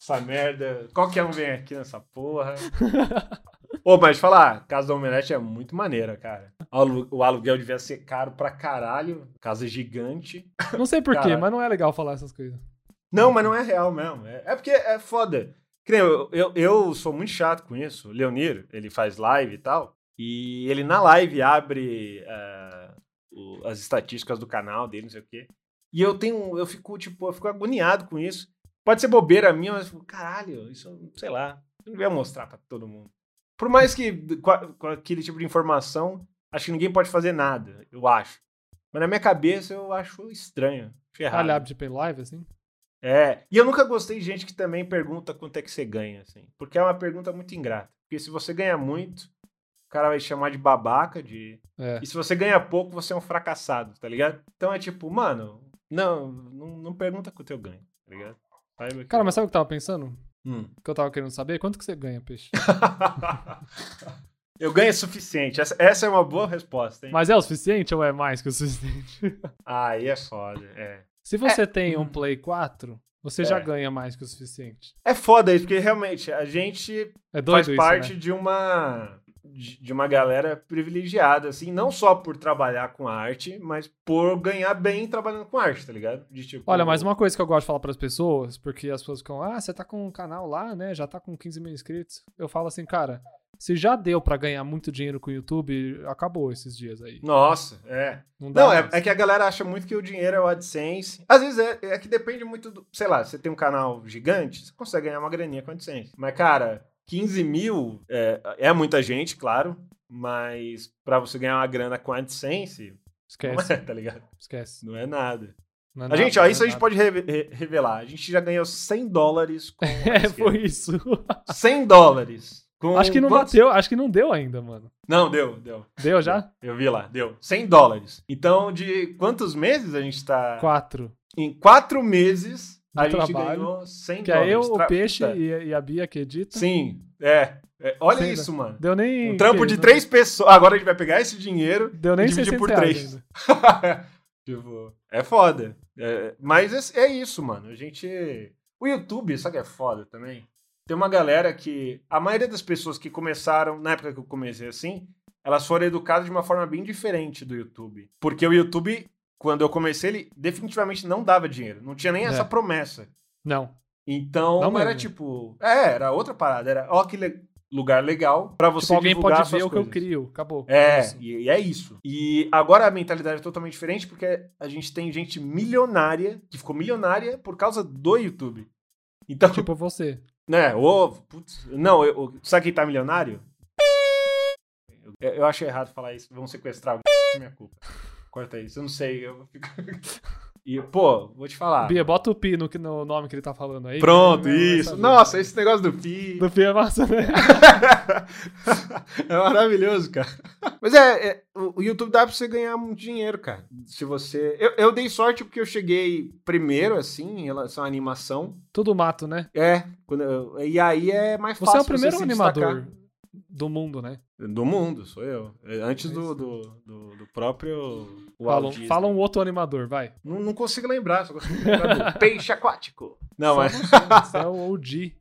Speaker 2: Essa merda. Qualquer um vem aqui nessa porra. Ô, mas falar, casa do Omelete é muito maneira, cara. O alu- O aluguel devia ser caro pra caralho. Casa gigante.
Speaker 1: Não sei porquê,
Speaker 2: Cara.
Speaker 1: mas não é legal falar essas coisas.
Speaker 2: Não, mas não é real mesmo. É, é porque é foda. Que nem Eu, eu, eu sou muito chato com isso. O Leonir, ele faz live e tal. E ele na live abre ah, o- as estatísticas do canal dele, não sei o quê. E eu tenho. Eu fico, tipo, eu fico agoniado com isso. Pode ser bobeira minha, mas eu fico, caralho, isso, sei lá, eu não devia mostrar pra todo mundo. Por mais que com, a- com aquele tipo de informação, acho que ninguém pode fazer nada, eu acho. Mas na minha cabeça eu acho estranho. acho errado.
Speaker 1: Ah, ele abre tipo em live, assim?
Speaker 2: É, e eu nunca gostei de gente que também pergunta quanto é que você ganha, assim. Porque é uma pergunta muito ingrata. Porque se você ganha muito, o cara vai te chamar de babaca, de...
Speaker 1: É.
Speaker 2: E se você ganha pouco, você é um fracassado, tá ligado? Então é tipo, mano, não, não, não pergunta quanto eu ganho, tá ligado? Saiba que-
Speaker 1: Cara, mas sabe o que eu tava pensando?
Speaker 2: Hum.
Speaker 1: O Que eu tava querendo saber? Quanto que você ganha, Peixe?
Speaker 2: eu ganho o suficiente. Essa, essa é uma boa resposta, hein?
Speaker 1: Mas é o suficiente ou é mais que o suficiente?
Speaker 2: Aí é foda, é.
Speaker 1: Se você tem um Play 4, Você
Speaker 2: É.
Speaker 1: já ganha mais que o suficiente.
Speaker 2: É foda isso, porque realmente a gente
Speaker 1: É doido
Speaker 2: faz
Speaker 1: isso,
Speaker 2: parte
Speaker 1: né?
Speaker 2: de uma de de uma galera privilegiada, assim, não só por trabalhar com arte, mas por ganhar bem trabalhando com arte, tá ligado? De tipo,
Speaker 1: Olha, mais uma coisa que eu gosto de falar pras pessoas, porque as pessoas ficam, ah, você tá com um canal lá, né? Já tá com 15 mil inscritos. Eu falo assim, cara, se já deu pra ganhar muito dinheiro com o YouTube, acabou esses dias aí.
Speaker 2: Nossa, é.
Speaker 1: Não dá.
Speaker 2: Não, é,
Speaker 1: mais.
Speaker 2: é que a galera acha muito que o dinheiro é o AdSense. Às vezes é, é que depende muito do. Sei lá, você tem um canal gigante, você consegue ganhar uma graninha com o AdSense. Mas, cara, 15 mil é, é muita gente, claro. Mas pra você ganhar uma grana com AdSense, não
Speaker 1: Esquece,
Speaker 2: é, tá ligado?
Speaker 1: esquece.
Speaker 2: Não é nada.
Speaker 1: Não é
Speaker 2: a
Speaker 1: nada,
Speaker 2: gente, ó,
Speaker 1: não é
Speaker 2: isso a gente
Speaker 1: nada.
Speaker 2: pode reve- re- revelar. A gente já ganhou 100 dólares com.
Speaker 1: É, foi isso.
Speaker 2: Então, 100 dólares. Com
Speaker 1: acho que não
Speaker 2: quantos-
Speaker 1: bateu, acho que não deu ainda, mano.
Speaker 2: Não, deu, deu.
Speaker 1: Deu já?
Speaker 2: Eu vi lá, deu. 100 dólares. Então, de quantos meses a gente tá.
Speaker 1: Quatro.
Speaker 2: Em quatro meses, a
Speaker 1: Do
Speaker 2: gente
Speaker 1: trabalho.
Speaker 2: ganhou 100
Speaker 1: Que é
Speaker 2: dólares.
Speaker 1: eu, o
Speaker 2: Tra-
Speaker 1: Peixe
Speaker 2: Puta.
Speaker 1: e, e a Bia que edita.
Speaker 2: tá- é. Sim, é. É, olha
Speaker 1: Sim,
Speaker 2: isso, mano.
Speaker 1: Deu nem.
Speaker 2: Um trampo
Speaker 1: que-
Speaker 2: de
Speaker 1: não-
Speaker 2: três pessoas. Agora a gente vai pegar esse dinheiro.
Speaker 1: Deu nem
Speaker 2: e dividir
Speaker 1: 600
Speaker 2: por
Speaker 1: reais
Speaker 2: três.
Speaker 1: ainda.
Speaker 2: tipo, é foda. É, mas é, é isso, mano. A gente. O YouTube, sabe que é foda também? Tem uma galera que. A maioria das pessoas que começaram, na época que eu comecei assim, elas foram educadas de uma forma bem diferente do YouTube. Porque o YouTube, quando eu comecei, ele definitivamente não dava dinheiro. Não tinha nem
Speaker 1: É.
Speaker 2: essa promessa.
Speaker 1: Não.
Speaker 2: Então
Speaker 1: Não
Speaker 2: era
Speaker 1: mesmo.
Speaker 2: tipo. É, era outra parada. Era ó que le- lugar legal pra você
Speaker 1: Tipo, alguém
Speaker 2: divulgar
Speaker 1: pode
Speaker 2: suas
Speaker 1: ver o que eu
Speaker 2: coisas.
Speaker 1: crio. Acabou.
Speaker 2: É,
Speaker 1: Isso.
Speaker 2: e, e é isso. E agora a mentalidade é totalmente diferente porque a gente tem gente milionária que ficou milionária por causa do YouTube. Então,
Speaker 1: Tipo você.
Speaker 2: né, ô, putz, não, eu, eu- sabe quem tá milionário? Eu, eu acho errado falar isso, vão sequestrar, é minha culpa. Corta isso, eu não sei, eu fico... E, pô, vou te falar.
Speaker 1: Bia, bota o Pi no, que- no nome que ele tá falando aí.
Speaker 2: Ah. Pronto,
Speaker 1: Ele vai
Speaker 2: isso.
Speaker 1: saber.
Speaker 2: Nossa, esse negócio do Pi.
Speaker 1: Do Pi é massa, né?
Speaker 2: é maravilhoso, cara. Mas é, é, o o YouTube dá pra você ganhar muito dinheiro, cara. Se você. Eu, eu dei sorte porque eu cheguei primeiro, assim, em relação à animação.
Speaker 1: Tudo mato, né?
Speaker 2: É, quando eu- e aí é mais
Speaker 1: Você
Speaker 2: fácil.
Speaker 1: é o primeiro
Speaker 2: se
Speaker 1: animador
Speaker 2: destacar.
Speaker 1: do mundo, né?
Speaker 2: Do mundo, sou eu. É, Antes
Speaker 1: É
Speaker 2: do,
Speaker 1: isso.
Speaker 2: do, do, do próprio. Walt
Speaker 1: Fala, um-
Speaker 2: Disney.
Speaker 1: fala um outro animador, vai.
Speaker 2: Não, não consigo lembrar, só consigo lembrar do peixe aquático. Não,
Speaker 1: Só
Speaker 2: é.
Speaker 1: você, Você é o OG.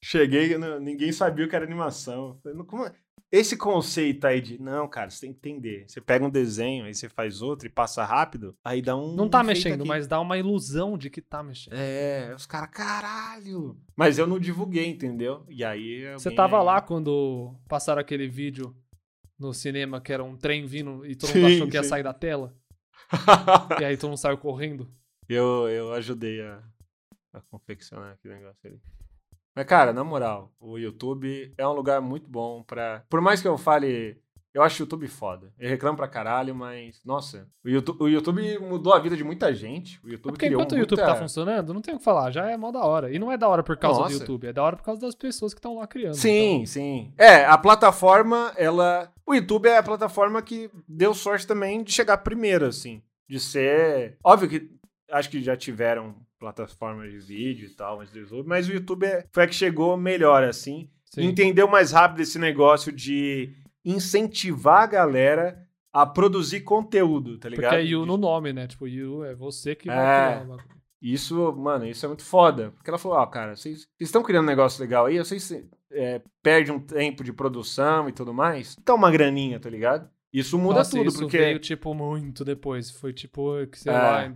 Speaker 2: Cheguei, n- ninguém sabia o que era animação. Falei, "Não, como é?" Esse conceito aí de, não, cara, você tem que entender. Você pega um desenho, aí você faz outro e passa rápido, aí dá um.
Speaker 1: Não tá
Speaker 2: efeito
Speaker 1: mexendo,
Speaker 2: aqui.
Speaker 1: mas dá uma ilusão de que tá mexendo.
Speaker 2: É, os caras, caralho. Mas eu não divulguei, entendeu? E aí.
Speaker 1: Você
Speaker 2: alguém
Speaker 1: tava
Speaker 2: aí-
Speaker 1: lá quando passaram aquele vídeo no cinema que era um trem vindo e todo
Speaker 2: Sim,
Speaker 1: mundo achou que ia
Speaker 2: sim.
Speaker 1: sair da tela. E aí todo mundo saiu correndo.
Speaker 2: eu, eu ajudei a, a confeccionar aquele negócio ali. Mas, cara, na moral, o YouTube é um lugar muito bom pra. Por mais que eu fale. Eu acho o YouTube foda. Eu reclamo pra caralho, mas. Nossa, o YouTube, o YouTube mudou a vida de muita gente. O
Speaker 1: É
Speaker 2: YouTube
Speaker 1: Porque
Speaker 2: criou
Speaker 1: enquanto o
Speaker 2: muita...
Speaker 1: YouTube tá funcionando, não tem o que falar, já é mó da hora. E não é da hora por causa
Speaker 2: Nossa.
Speaker 1: do YouTube, é da hora por causa das pessoas que estão lá criando. então.
Speaker 2: Sim, sim. É, a plataforma, ela. O YouTube é a plataforma que deu sorte também de chegar primeiro, assim. De ser. Óbvio que acho que já tiveram plataformas de vídeo e tal, antes do YouTube, mas o YouTube é... foi a que chegou melhor, assim.
Speaker 1: Então, sim.
Speaker 2: Entendeu mais rápido esse negócio de incentivar a galera a produzir conteúdo, tá ligado?
Speaker 1: Porque é You
Speaker 2: De-
Speaker 1: no nome, né? Tipo, You é você que
Speaker 2: É.
Speaker 1: vai criar. o bagulho.
Speaker 2: isso, mano, isso é muito foda. Porque ela falou, ó, cara, vocês vocês estão criando um negócio legal aí, eu sei se é, perde um tempo de produção e tudo mais. Dá uma graninha, tá ligado? Isso muda
Speaker 1: Nossa,
Speaker 2: tudo,
Speaker 1: isso
Speaker 2: porque.
Speaker 1: veio, tipo, muito depois. Foi, tipo, que sei
Speaker 2: É.
Speaker 1: lá, em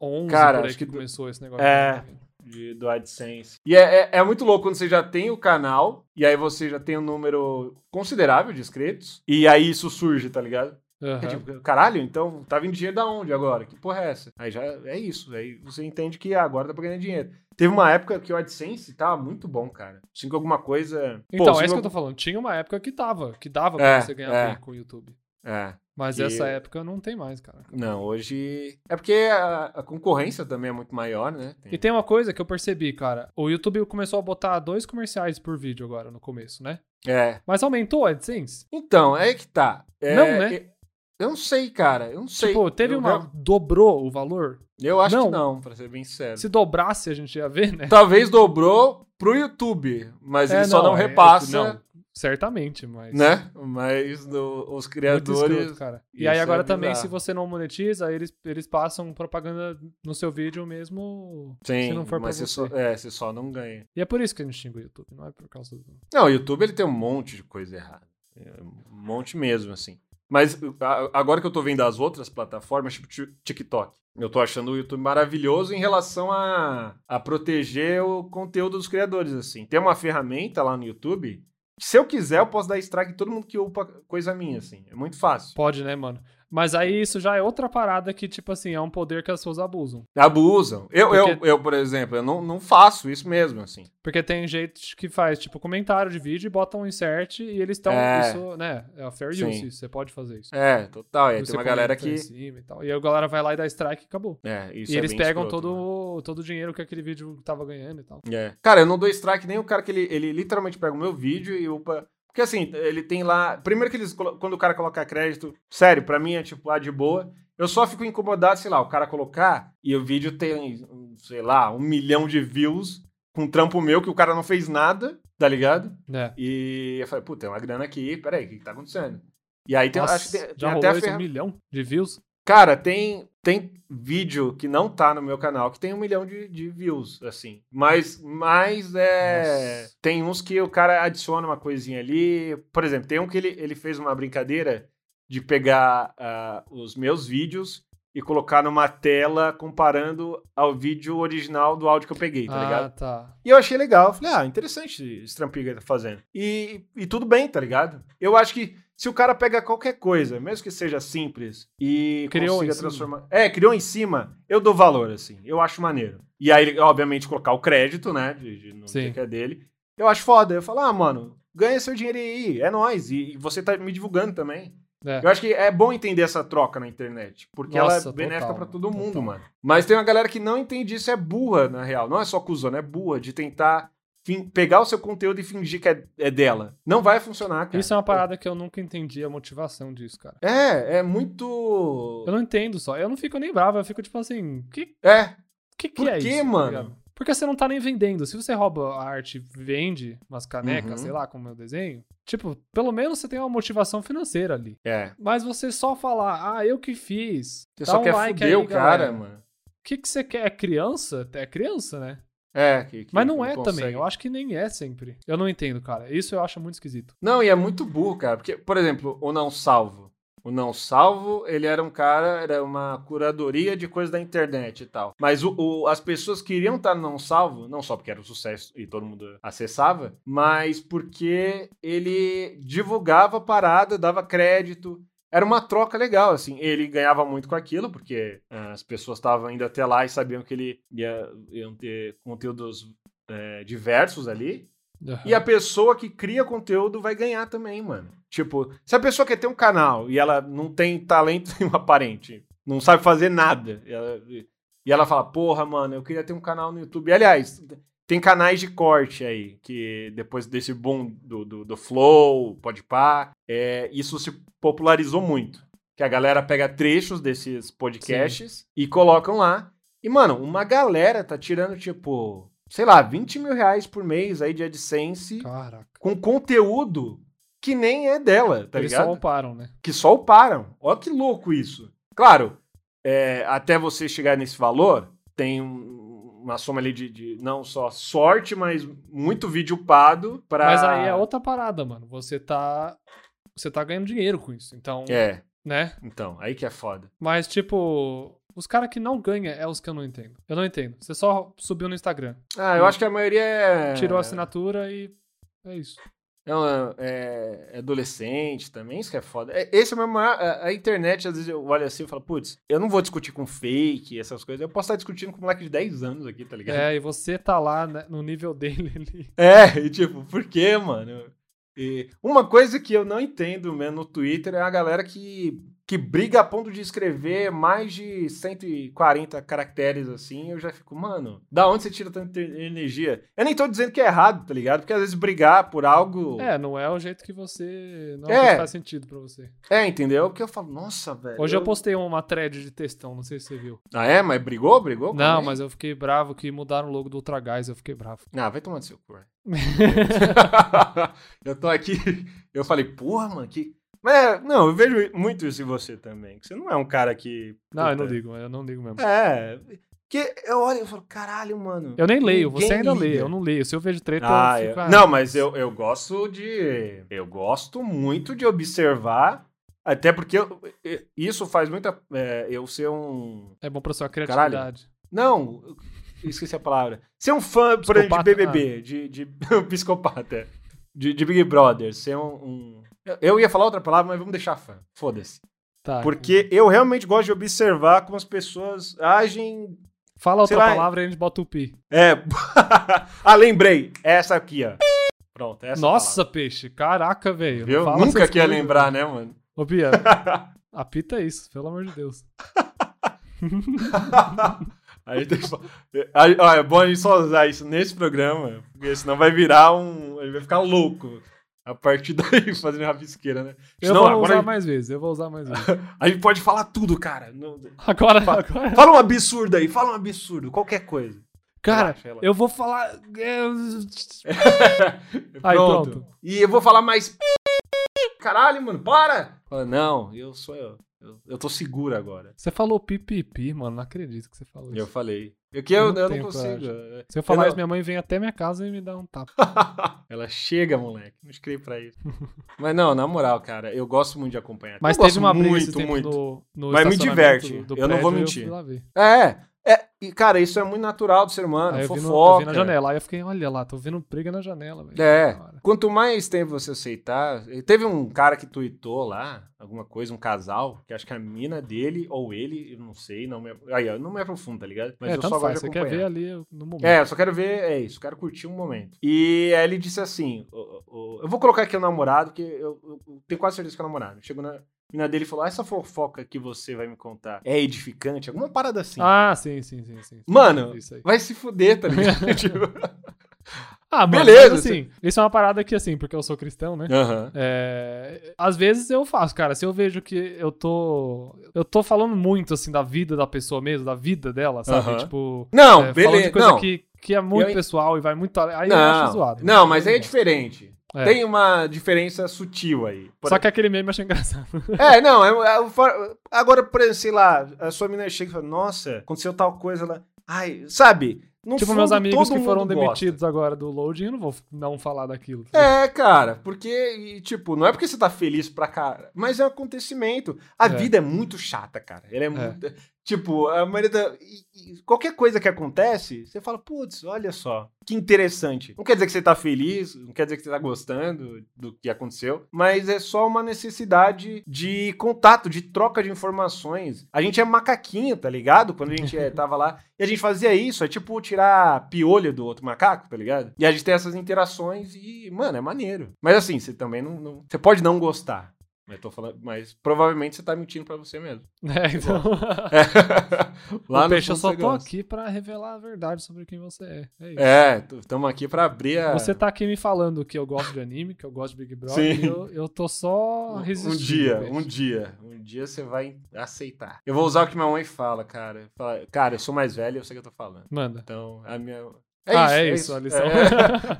Speaker 1: 2011,
Speaker 2: Cara,
Speaker 1: por aí
Speaker 2: acho
Speaker 1: que,
Speaker 2: que-
Speaker 1: começou esse negócio.
Speaker 2: É. de- do AdSense. E é, é, é muito louco quando você já tem o canal, e aí você já tem um número considerável de inscritos, e aí isso surge, tá ligado?
Speaker 1: Aham.
Speaker 2: É tipo, caralho, então tá vindo dinheiro da onde agora? Que porra é essa? Aí já é isso. Aí você entende que ah, agora dá pra ganhar dinheiro. Teve uma época que o AdSense tava muito bom, cara. Cinco alguma coisa.
Speaker 1: Então, é
Speaker 2: Pô,
Speaker 1: isso
Speaker 2: cinco
Speaker 1: que eu tô falando. Tinha uma época que dava, que dava
Speaker 2: É,
Speaker 1: pra você ganhar
Speaker 2: é.
Speaker 1: bem com o YouTube.
Speaker 2: É.
Speaker 1: Mas
Speaker 2: E-
Speaker 1: essa época não tem mais, cara.
Speaker 2: Não, hoje. É porque a, a concorrência também é muito maior, né? Tem-
Speaker 1: E tem uma coisa que eu percebi, cara. O YouTube começou a botar dois comerciais por vídeo agora no começo, né?
Speaker 2: É.
Speaker 1: Mas aumentou a AdSense?
Speaker 2: Então, é aí que tá. É,
Speaker 1: Não, né?
Speaker 2: e- Eu não sei, cara. Eu não sei.
Speaker 1: Tipo, teve
Speaker 2: eu,
Speaker 1: uma. Dobrou o valor?
Speaker 2: Eu acho
Speaker 1: Não.
Speaker 2: que não, pra ser bem sincero.
Speaker 1: Se dobrasse, a gente ia ver, né?
Speaker 2: Talvez dobrou pro YouTube, mas
Speaker 1: É,
Speaker 2: ele só não
Speaker 1: é,
Speaker 2: repassa.
Speaker 1: não. certamente, mas.
Speaker 2: Né? Mas no- os
Speaker 1: Muito escroto,
Speaker 2: criadores.
Speaker 1: cara. E
Speaker 2: Isso
Speaker 1: aí
Speaker 2: é
Speaker 1: agora também,
Speaker 2: bizarro.
Speaker 1: se você não monetiza, eles, eles passam propaganda no seu vídeo mesmo
Speaker 2: Sim,
Speaker 1: se não for pra
Speaker 2: mas
Speaker 1: você.
Speaker 2: você só, é, você só não ganha.
Speaker 1: E é por isso que a gente xinga o YouTube, não é por causa do.
Speaker 2: Não, o YouTube ele tem um monte de coisa errada. É, Um monte mesmo, assim. Mas a- agora que eu tô vendo as outras plataformas, tipo Ti- TikTok, eu tô achando o YouTube maravilhoso em relação a, a proteger o conteúdo dos criadores, assim. Tem uma ferramenta lá no YouTube que, se eu quiser, eu posso dar strike em todo mundo que upa coisa minha, assim. É muito fácil.
Speaker 1: Pode, né, mano? Mas aí isso já é outra parada que, tipo assim, é um poder que as pessoas abusam.
Speaker 2: Abusam. Eu, eu,
Speaker 1: Porque-
Speaker 2: eu por exemplo, eu não, não faço isso mesmo, assim.
Speaker 1: Porque tem gente que faz, tipo, comentário de vídeo e botam um insert e eles estão.
Speaker 2: É.
Speaker 1: Isso, né? É o fair
Speaker 2: Sim.
Speaker 1: use, isso, você pode fazer isso.
Speaker 2: É, total. E aí
Speaker 1: Você
Speaker 2: tem uma
Speaker 1: comenta
Speaker 2: galera
Speaker 1: em
Speaker 2: que.
Speaker 1: cima e, tal. e aí a galera vai lá e dá strike e acabou.
Speaker 2: É, isso
Speaker 1: e
Speaker 2: é
Speaker 1: eles
Speaker 2: bem
Speaker 1: pegam
Speaker 2: escroto,
Speaker 1: todo,
Speaker 2: né?
Speaker 1: todo o dinheiro que aquele vídeo tava ganhando e tal.
Speaker 2: É. Cara, eu não dou strike nem o cara que ele, ele literalmente pega o meu vídeo e upa. Porque assim, ele tem lá. Primeiro que eles. colo- Quando o cara coloca crédito, sério, pra mim é tipo, ah, de boa. Eu só fico incomodado, sei lá, o cara colocar e o vídeo tem, sei lá, um milhão de views com um trampo meu que o cara não fez nada, tá ligado?
Speaker 1: Né?
Speaker 2: E eu falei, puta, tem uma grana aqui, peraí, o que, que tá acontecendo? E aí tem,
Speaker 1: Nossa,
Speaker 2: acho que tem,
Speaker 1: já
Speaker 2: tem
Speaker 1: rolou
Speaker 2: até a
Speaker 1: isso
Speaker 2: ferra-
Speaker 1: um milhão de views?
Speaker 2: Cara, tem, tem vídeo que não tá no meu canal que tem um milhão de, de views, assim. Mas, mas é.
Speaker 1: Nossa.
Speaker 2: Tem uns que o cara adiciona uma coisinha ali. Por exemplo, tem um que ele, ele fez uma brincadeira de pegar ah, os meus vídeos e colocar numa tela comparando ao vídeo original do áudio que eu peguei, tá ligado?
Speaker 1: ah, tá.
Speaker 2: E eu achei legal. Eu Falei, ah, interessante esse trampo que ele tá fazendo. E, e tudo bem, tá ligado? Eu acho que se o cara pega qualquer coisa, mesmo que seja simples, e
Speaker 1: Criou em
Speaker 2: consiga
Speaker 1: cima.
Speaker 2: transformar. É, criou em cima, eu dou valor, assim. Eu acho maneiro. E aí, ele, obviamente, colocar o crédito, né? De, de, no
Speaker 1: Sim.
Speaker 2: dia que é dele. Eu acho foda. Eu falo, ah, mano, ganha seu dinheiro aí, é nóis. E, e você tá me divulgando também.
Speaker 1: É.
Speaker 2: Eu acho que é bom entender essa troca na internet, porque ela
Speaker 1: Nossa,
Speaker 2: é benéfica
Speaker 1: total,
Speaker 2: pra todo mundo,
Speaker 1: total.
Speaker 2: mano. Mas tem uma galera que não entende isso, é burra, na real. Não é só cuzona, é burra de tentar fin- pegar o seu conteúdo e fingir que é, é dela. Não vai funcionar, cara.
Speaker 1: Isso é uma parada que eu nunca entendi a motivação disso, cara.
Speaker 2: É, é muito.
Speaker 1: Eu não entendo só. Eu não fico nem bravo, eu fico tipo assim, que
Speaker 2: É,
Speaker 1: que, que
Speaker 2: Por
Speaker 1: é
Speaker 2: quê,
Speaker 1: isso? tá
Speaker 2: mano?
Speaker 1: ligado? Porque você não tá nem vendendo. Se você rouba a arte, vende umas canecas,
Speaker 2: Uhum.
Speaker 1: sei lá, como eu desenho, tipo, pelo menos você tem uma motivação financeira ali.
Speaker 2: é.
Speaker 1: Mas você só falar, ah, eu que fiz.
Speaker 2: Você
Speaker 1: dá
Speaker 2: só
Speaker 1: um
Speaker 2: quer
Speaker 1: like
Speaker 2: fuder
Speaker 1: aí,
Speaker 2: o cara,
Speaker 1: galera.
Speaker 2: mano.
Speaker 1: O que, que você quer? É criança? É criança, né?
Speaker 2: É, que, que
Speaker 1: Mas não é
Speaker 2: consegue.
Speaker 1: também. Eu acho que nem é sempre. Eu não entendo, cara. Isso eu acho muito esquisito.
Speaker 2: Não, e é muito burro, cara. Porque, por exemplo, o Não Salvo. O Não Salvo, ele era um cara, era uma curadoria de coisa da internet e tal. Mas o- o- as pessoas queriam estar no Não Salvo, não só porque era um sucesso e todo mundo acessava, mas porque ele divulgava a parada, dava crédito. Era uma troca legal, assim. Ele ganhava muito com aquilo, porque ah, as pessoas estavam indo até lá e sabiam que ele ia, iam ter conteúdos eh, diversos ali. E a pessoa que cria conteúdo vai ganhar também, mano. Tipo, se a pessoa quer ter um canal e ela não tem talento nenhum aparente, não sabe fazer nada, e ela, e ela fala, porra, mano, eu queria ter um canal no YouTube. Aliás, tem canais de corte aí, que depois desse boom do, do, do Flow, Podpah, é, isso se popularizou muito. Que a galera pega trechos desses podcasts e colocam lá. E, mano, uma galera tá tirando, tipo, sei lá, 20 mil reais por mês aí de AdSense
Speaker 1: Tá. Caraca.
Speaker 2: com conteúdo que nem é dela, tá
Speaker 1: Eles
Speaker 2: ligado?
Speaker 1: só param, né?
Speaker 2: Que só o param. Olha que louco isso. Claro, é, até você chegar nesse valor, tem um- uma soma ali de, de não só sorte, mas muito vídeo upado pra.
Speaker 1: Mas aí é outra parada, mano. Você tá. Você tá ganhando dinheiro com isso. Então,
Speaker 2: É,
Speaker 1: né?
Speaker 2: então, aí que é foda.
Speaker 1: Mas, tipo, os caras que não ganham é os que eu não entendo. Eu não entendo. Você só subiu no Instagram,
Speaker 2: Ah, eu
Speaker 1: Hum.
Speaker 2: acho que a maioria é.
Speaker 1: tirou a assinatura e. É isso.
Speaker 2: É, uma- é- é adolescente também, isso que é foda. É- esse é o meu maior. A, a internet, às vezes, eu olho assim e falo, putz, eu não vou discutir com fake, essas coisas. Eu posso estar discutindo com um moleque de 10 anos aqui, tá ligado?
Speaker 1: É, e você tá lá né, no nível dele ali.
Speaker 2: É, e tipo, por quê, mano? E uma coisa que eu não entendo mesmo no Twitter é a galera que que briga a ponto de escrever mais de 140 caracteres assim, eu já fico, mano, da onde você tira tanta energia? Eu nem tô dizendo que é errado, tá ligado? Porque às vezes brigar por algo.
Speaker 1: É, não é o jeito que você. Não
Speaker 2: É.
Speaker 1: é. faz sentido pra você.
Speaker 2: É, entendeu? Porque eu falo, nossa, velho.
Speaker 1: Hoje eu postei uma thread de textão, não sei se você viu.
Speaker 2: Ah, é? Mas brigou? Brigou? com
Speaker 1: Não,
Speaker 2: alguém?
Speaker 1: mas eu fiquei bravo que mudaram o logo do Ultra Guys, eu fiquei bravo.
Speaker 2: Ah, vai tomando seu cu. né? eu tô aqui. Eu falei, porra, mano, que. Mas, é, não, eu vejo muito isso em você também. Que você não é um cara que.
Speaker 1: Não, eu não
Speaker 2: puta,
Speaker 1: digo, eu não digo mesmo.
Speaker 2: É. Que eu olho e falo, caralho, mano.
Speaker 1: Eu nem leio,
Speaker 2: ninguém
Speaker 1: você ainda lê,
Speaker 2: liga."
Speaker 1: eu não leio. Se eu vejo treta,
Speaker 2: Ah,
Speaker 1: eu fico...
Speaker 2: eu-
Speaker 1: ah,
Speaker 2: Não, mas eu, eu gosto de. Eu gosto muito de observar. Até porque eu- eh, isso faz muita. eh, eu ser um.
Speaker 1: É bom pra sua
Speaker 2: Caralho.
Speaker 1: criatividade.
Speaker 2: Não, eu esqueci a palavra. Ser um fã, por exemplo, de
Speaker 1: Psicopata? ah.
Speaker 2: BBB, de, de um psicopata, de, de Big Brother, ser um, um- Eu- Eu ia falar outra palavra, mas vamos deixar fã. Foda-se.
Speaker 1: Tá.
Speaker 2: Porque eu realmente gosto de observar como as pessoas agem.
Speaker 1: Fala outra
Speaker 2: sei lá,
Speaker 1: palavra e a gente bota o pi.
Speaker 2: É. ah, lembrei. Essa aqui, ó. Pronto, essa.
Speaker 1: Nossa, peixe, caraca, velho.
Speaker 2: palavra. Viu?
Speaker 1: Não fala
Speaker 2: Nunca
Speaker 1: essas
Speaker 2: que ia
Speaker 1: coisas.
Speaker 2: lembrar, né, mano?
Speaker 1: Ô, Bia, apita isso, pelo amor de Deus.
Speaker 2: Aí tem que fa- Aí, ó, é bom a gente só usar isso nesse programa, porque senão vai virar um. Ele vai ficar louco a partir daí, fazendo rabisqueira, né?
Speaker 1: Eu
Speaker 2: Senão,
Speaker 1: vou
Speaker 2: agora
Speaker 1: usar
Speaker 2: a gente,
Speaker 1: mais vezes, eu vou usar mais vezes.
Speaker 2: a gente pode falar tudo, cara. Não-
Speaker 1: Agora,
Speaker 2: Fa-
Speaker 1: agora.
Speaker 2: Fala um absurdo aí, fala um absurdo, qualquer coisa.
Speaker 1: Cara,
Speaker 2: Relaxa, relaxa.
Speaker 1: eu vou falar. é, Aí, pronto.
Speaker 2: E eu vou falar mais. Caralho, mano, para! Fala, não, eu sou eu. Eu, eu tô seguro agora.
Speaker 1: Você falou pipipi, mano. Não acredito que você falou
Speaker 2: Eu
Speaker 1: isso.
Speaker 2: falei. Eu, que eu,
Speaker 1: Eu
Speaker 2: eu
Speaker 1: não
Speaker 2: não,
Speaker 1: tenho
Speaker 2: consigo.
Speaker 1: Se eu falar
Speaker 2: Eu
Speaker 1: isso, minha mãe vem até minha casa e me dá um tapa.
Speaker 2: Ela chega, moleque. Não escrevi pra isso. Mas não, na moral, cara, eu gosto muito de acompanhar.
Speaker 1: Mas
Speaker 2: eu
Speaker 1: teve
Speaker 2: gosto
Speaker 1: uma briga esse
Speaker 2: muito,
Speaker 1: tempo
Speaker 2: muito.
Speaker 1: no, no
Speaker 2: Mas me
Speaker 1: estacionamento
Speaker 2: diverte,
Speaker 1: do- do
Speaker 2: eu não vou
Speaker 1: prédio,
Speaker 2: mentir.
Speaker 1: fui lá ver.
Speaker 2: É, é. E, cara, isso é muito natural do ser humano.
Speaker 1: Aí Ah, eu vi, no, eu
Speaker 2: fofoca.
Speaker 1: vi na janela. Aí eu fiquei, olha lá, tô vendo briga na janela, velho.
Speaker 2: É.
Speaker 1: Da hora.
Speaker 2: Quanto mais tempo você aceitar. Teve um cara que tuitou lá, alguma coisa, um casal, que acho que a mina dele ou ele, eu não sei, não me, aí, eu não me aprofundo, tá ligado? Mas
Speaker 1: é,
Speaker 2: eu
Speaker 1: tanto
Speaker 2: só
Speaker 1: faz.
Speaker 2: gosto de
Speaker 1: Você quer
Speaker 2: acompanhar.
Speaker 1: ver ali no Um momento.
Speaker 2: É, eu só quero ver, é isso, quero curtir um momento. E aí ele disse assim: o- o- o- eu vou colocar aqui o namorado, que eu, eu- eu tenho quase certeza que é o namorado. Chegou na mina dele e falou: "Ah, essa fofoca que você vai me contar é edificante? Alguma parada assim.
Speaker 1: Ah, sim, sim, sim, sim. sim.
Speaker 2: Mano,
Speaker 1: Isso aí.
Speaker 2: vai se fuder, tá ligado? Tipo,
Speaker 1: Ah, mano,
Speaker 2: beleza,
Speaker 1: mas assim, isso é uma parada que, assim, porque eu sou cristão, né?
Speaker 2: aham.
Speaker 1: É, às vezes eu faço, cara. Se eu vejo que eu tô. Eu tô falando muito, assim, da vida da pessoa mesmo, da vida dela, sabe?
Speaker 2: Aham.
Speaker 1: Tipo.
Speaker 2: Não,
Speaker 1: é, falando de
Speaker 2: beleza.
Speaker 1: coisa
Speaker 2: Não,
Speaker 1: que, que é muito
Speaker 2: Eu en-
Speaker 1: pessoal e vai muito. além, Aí eu acho
Speaker 2: não,
Speaker 1: zoado. né?
Speaker 2: não, mas aí é diferente.
Speaker 1: É.
Speaker 2: Tem uma diferença sutil aí. Por
Speaker 1: Só que aquele meme eu achei engraçado.
Speaker 2: É, não, é, é o for- agora, por exemplo, sei lá, a sua mina chega e fala, nossa, aconteceu tal coisa lá. Ai, sabe? No
Speaker 1: tipo,
Speaker 2: fundo,
Speaker 1: meus amigos
Speaker 2: todo
Speaker 1: que foram
Speaker 2: mundo gosta.
Speaker 1: demitidos agora do loading, eu não vou não falar daquilo.
Speaker 2: É, cara, porque, e, tipo, não é porque você tá feliz pra cara, mas é um acontecimento. A
Speaker 1: É.
Speaker 2: vida é muito chata, cara. Ela é, muito. Tipo, a maioria da. e- e qualquer coisa que acontece, você fala, putz, olha só, que interessante. Não quer dizer que você tá feliz, não quer dizer que você tá gostando do que aconteceu, mas é só uma necessidade de contato, de troca de informações. A gente é macaquinho, tá ligado? Quando a gente é, tava lá. E a gente fazia isso, é tipo tirar piolho do outro macaco, tá ligado? E a gente tem essas interações e, mano, é maneiro. Mas assim, você também não. não- você pode não gostar. Mas, tô falando, mas provavelmente você tá mentindo pra você mesmo.
Speaker 1: É, então.
Speaker 2: Lá
Speaker 1: Ô,
Speaker 2: no
Speaker 1: Peixe, eu
Speaker 2: fundo
Speaker 1: só
Speaker 2: você
Speaker 1: tô
Speaker 2: gosta.
Speaker 1: aqui pra revelar a verdade sobre quem você é. É isso.
Speaker 2: É, estamos aqui pra abrir a.
Speaker 1: Você tá aqui me falando que eu gosto de anime, que eu gosto de Big Brother,
Speaker 2: Sim.
Speaker 1: e eu, eu tô só
Speaker 2: Um-
Speaker 1: resistindo.
Speaker 2: um dia,
Speaker 1: Peixe.
Speaker 2: um dia, um dia você vai aceitar. Eu vou usar o que minha mãe fala, cara. Fala, cara, eu sou mais velho, eu sei o que eu tô falando.
Speaker 1: Manda.
Speaker 2: Então, a minha.
Speaker 1: Ah, é isso, a lição.
Speaker 2: É.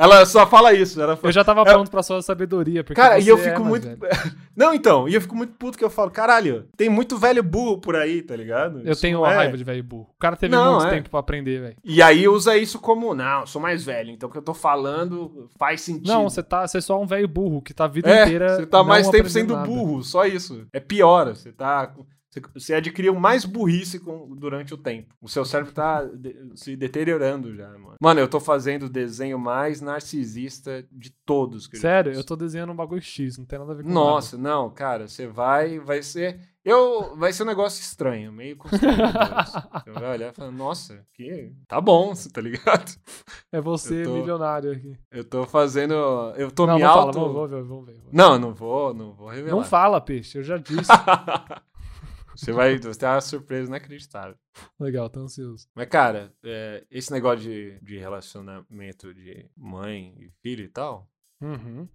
Speaker 2: Ela só fala isso. Ela
Speaker 1: Eu
Speaker 2: fala...
Speaker 1: já tava
Speaker 2: É.
Speaker 1: pronto pra sua sabedoria, porque
Speaker 2: Cara, e eu
Speaker 1: você é
Speaker 2: fico
Speaker 1: mais
Speaker 2: muito.
Speaker 1: velho.
Speaker 2: Não, então, e eu fico muito puto que eu falo, caralho, tem muito velho burro por aí, tá ligado?
Speaker 1: Eu
Speaker 2: Isso
Speaker 1: tenho
Speaker 2: não
Speaker 1: uma
Speaker 2: é-
Speaker 1: raiva de velho burro. O cara teve
Speaker 2: Não,
Speaker 1: muito
Speaker 2: é.
Speaker 1: tempo pra aprender, velho.
Speaker 2: E aí usa isso como, não, eu sou mais velho, então o que eu tô falando faz sentido.
Speaker 1: Não, você tá, você é só um velho burro que tá a vida
Speaker 2: é,
Speaker 1: inteira.
Speaker 2: Você tá
Speaker 1: não
Speaker 2: mais tempo
Speaker 1: aprendendo
Speaker 2: sendo
Speaker 1: nada.
Speaker 2: burro, só isso. É pior, você tá. Você, você adquiriu mais burrice com- durante o tempo. O seu cérebro tá de- se deteriorando já, mano. Mano, eu tô fazendo o desenho mais narcisista de todos. Que
Speaker 1: Sério,
Speaker 2: já
Speaker 1: eu
Speaker 2: fiz.
Speaker 1: tô desenhando um bagulho X, não tem nada a ver com
Speaker 2: Nossa, não, cara, você vai. Vai ser. Eu, vai ser um negócio estranho, meio constrangedor. assim. Você vai olhar e falar, nossa, que. Tá bom, você tá ligado?
Speaker 1: nada. É você,
Speaker 2: Eu tô-
Speaker 1: milionário aqui.
Speaker 2: Eu tô fazendo. Eu tô
Speaker 1: não,
Speaker 2: me
Speaker 1: não
Speaker 2: auto.
Speaker 1: fala, vamos, vamos ver, vamos ver.
Speaker 2: Não, não vou, não vou revelar.
Speaker 1: Não fala, peixe, eu já disse.
Speaker 2: Você vai você tem uma surpresa inacreditável.
Speaker 1: Legal, tô ansioso.
Speaker 2: Mas, cara, é, esse negócio de, de relacionamento de mãe e filho e tal.
Speaker 1: Uhum.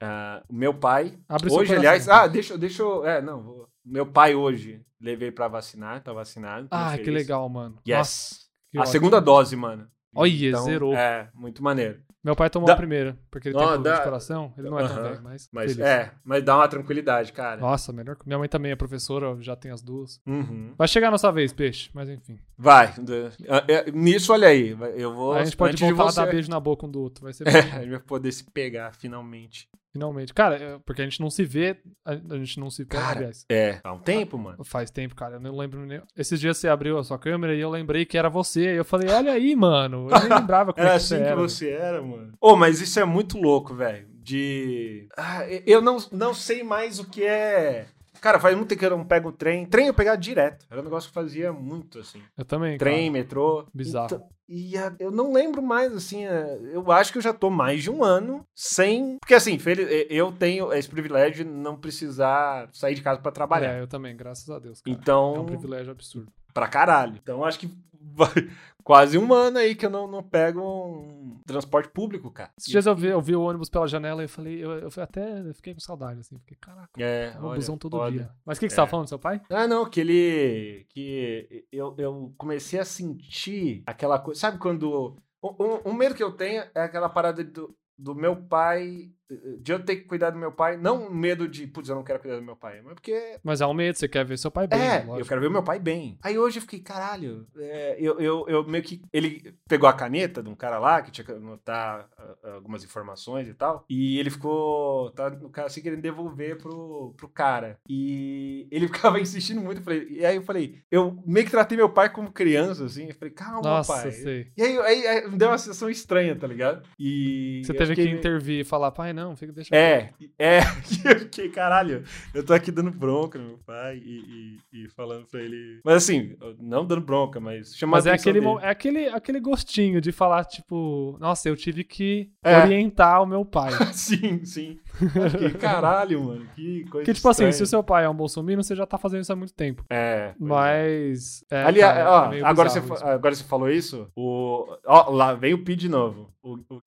Speaker 2: ah, O meu pai.
Speaker 1: Abre seu
Speaker 2: hoje,
Speaker 1: coração.
Speaker 2: aliás. Ah, deixa, eu- deixa eu. É, não. vou- Meu pai hoje levei pra vacinar, tá vacinado. tô
Speaker 1: Ah,
Speaker 2: feliz.
Speaker 1: que legal, mano.
Speaker 2: Yes.
Speaker 1: Nossa, que
Speaker 2: a
Speaker 1: ótimo.
Speaker 2: segunda dose, mano.
Speaker 1: Olha, zerou.
Speaker 2: É, muito maneiro.
Speaker 1: Meu pai tomou
Speaker 2: Da-
Speaker 1: a primeira, porque ele
Speaker 2: Ó,
Speaker 1: tem problema
Speaker 2: da-
Speaker 1: de coração. Ele não é tão
Speaker 2: Aham.
Speaker 1: velho, mas.
Speaker 2: Mas
Speaker 1: feliz.
Speaker 2: é, mas dá uma tranquilidade, cara.
Speaker 1: Nossa, melhor. que- Minha mãe também é professora, já tem as duas.
Speaker 2: Uhum.
Speaker 1: Vai chegar a nossa vez, peixe, mas enfim.
Speaker 2: Vai. d- é, é, Nisso, olha aí. vai- Eu vou.
Speaker 1: Aí a gente pode
Speaker 2: antes de
Speaker 1: voltar a
Speaker 2: você-
Speaker 1: dar beijo na boca um do outro. Vai ser bom.
Speaker 2: É, a gente vai poder se pegar finalmente.
Speaker 1: Finalmente. Cara, é- porque a gente não se vê. A a gente não se vê,
Speaker 2: Cara.
Speaker 1: aliás.
Speaker 2: É. Há um tempo, mano.
Speaker 1: Faz tempo, cara. Eu não lembro nem. Esses dias você abriu a sua câmera e eu lembrei que era você. E eu falei, olha aí, mano. Eu nem lembrava como
Speaker 2: Era
Speaker 1: é que
Speaker 2: assim
Speaker 1: você
Speaker 2: que
Speaker 1: era.
Speaker 2: você era, mano. Ô, mas isso é muito louco, velho. De. Ah, e- eu não, não sei mais o que é. Cara, faz muito tempo que eu não pego o trem. Trem eu pegava direto. Era um negócio que eu fazia muito, assim.
Speaker 1: Eu também.
Speaker 2: Trem, metrô.
Speaker 1: Bizarro.
Speaker 2: Então- e a- eu não lembro mais, assim. é, eu acho que eu já tô mais de um ano sem. Porque, assim, fel- e- eu tenho esse privilégio de não precisar sair de casa pra
Speaker 1: Cara.
Speaker 2: trabalhar.
Speaker 1: É, eu também, graças a Deus. Cara.
Speaker 2: então.
Speaker 1: É um privilégio absurdo.
Speaker 2: pra caralho. Então acho que vai- quase um ano aí que eu não, não pego um transporte público, cara.
Speaker 1: Esses dias eu vi, eu vi o ônibus pela janela e eu falei, eu, eu fui até eu fiquei com saudade, assim. Fiquei, caraca,
Speaker 2: É,
Speaker 1: tava
Speaker 2: olha,
Speaker 1: um busão todo
Speaker 2: foda.
Speaker 1: dia. Mas o que, que
Speaker 2: É.
Speaker 1: você tava falando do seu pai?
Speaker 2: Ah, não, que ele. Que eu, eu comecei a sentir aquela coisa. Sabe quando. o- o- Um, medo que eu tenho é aquela parada do, do meu pai. eh, De eu ter que cuidar do meu pai. Não um medo de, putz, eu não quero cuidar do meu pai. Mas porque
Speaker 1: Mas é um medo, você quer ver seu pai bem,
Speaker 2: É,
Speaker 1: lógico.
Speaker 2: eu quero ver meu pai bem. Aí hoje eu fiquei, caralho, é, eu, eu, eu meio que. Ele pegou a caneta de um cara lá que tinha que anotar ah, ah, algumas informações e tal. E ele ficou. Tá, o cara assim querendo devolver pro, pro cara. E ele ficava insistindo muito. eu falei- e aí eu falei, eu meio que tratei meu pai como criança, assim. Eu falei, calma,
Speaker 1: Nossa,
Speaker 2: pai.
Speaker 1: sei.
Speaker 2: E aí, aí, aí me deu uma sensação estranha, tá ligado? E.
Speaker 1: Você
Speaker 2: eu
Speaker 1: teve que
Speaker 2: fiquei-
Speaker 1: intervir e falar, pai, não, fica, deixa
Speaker 2: é, é, que eu fiquei, caralho, eu tô aqui dando bronca no meu pai e, e- e falando pra ele. Mas assim, não dando bronca, mas chamando
Speaker 1: Mas
Speaker 2: a
Speaker 1: é
Speaker 2: atenção
Speaker 1: aquele,
Speaker 2: dele.
Speaker 1: mo- é aquele, aquele gostinho de falar, tipo, nossa, eu tive que
Speaker 2: É.
Speaker 1: orientar o meu pai.
Speaker 2: Sim, sim. Eu fiquei, caralho, mano, que coisa.
Speaker 1: Porque, tipo assim,
Speaker 2: estranha.
Speaker 1: se o seu pai é um bolsominion, você já tá fazendo isso há muito tempo.
Speaker 2: É. pois é.
Speaker 1: Mas. é,
Speaker 2: Aliás,
Speaker 1: cara, é
Speaker 2: ó,
Speaker 1: meio
Speaker 2: agora, você,
Speaker 1: bizarro
Speaker 2: fa-
Speaker 1: isso.
Speaker 2: agora você falou isso, o. Ó, lá vem o Pi de novo. O, o,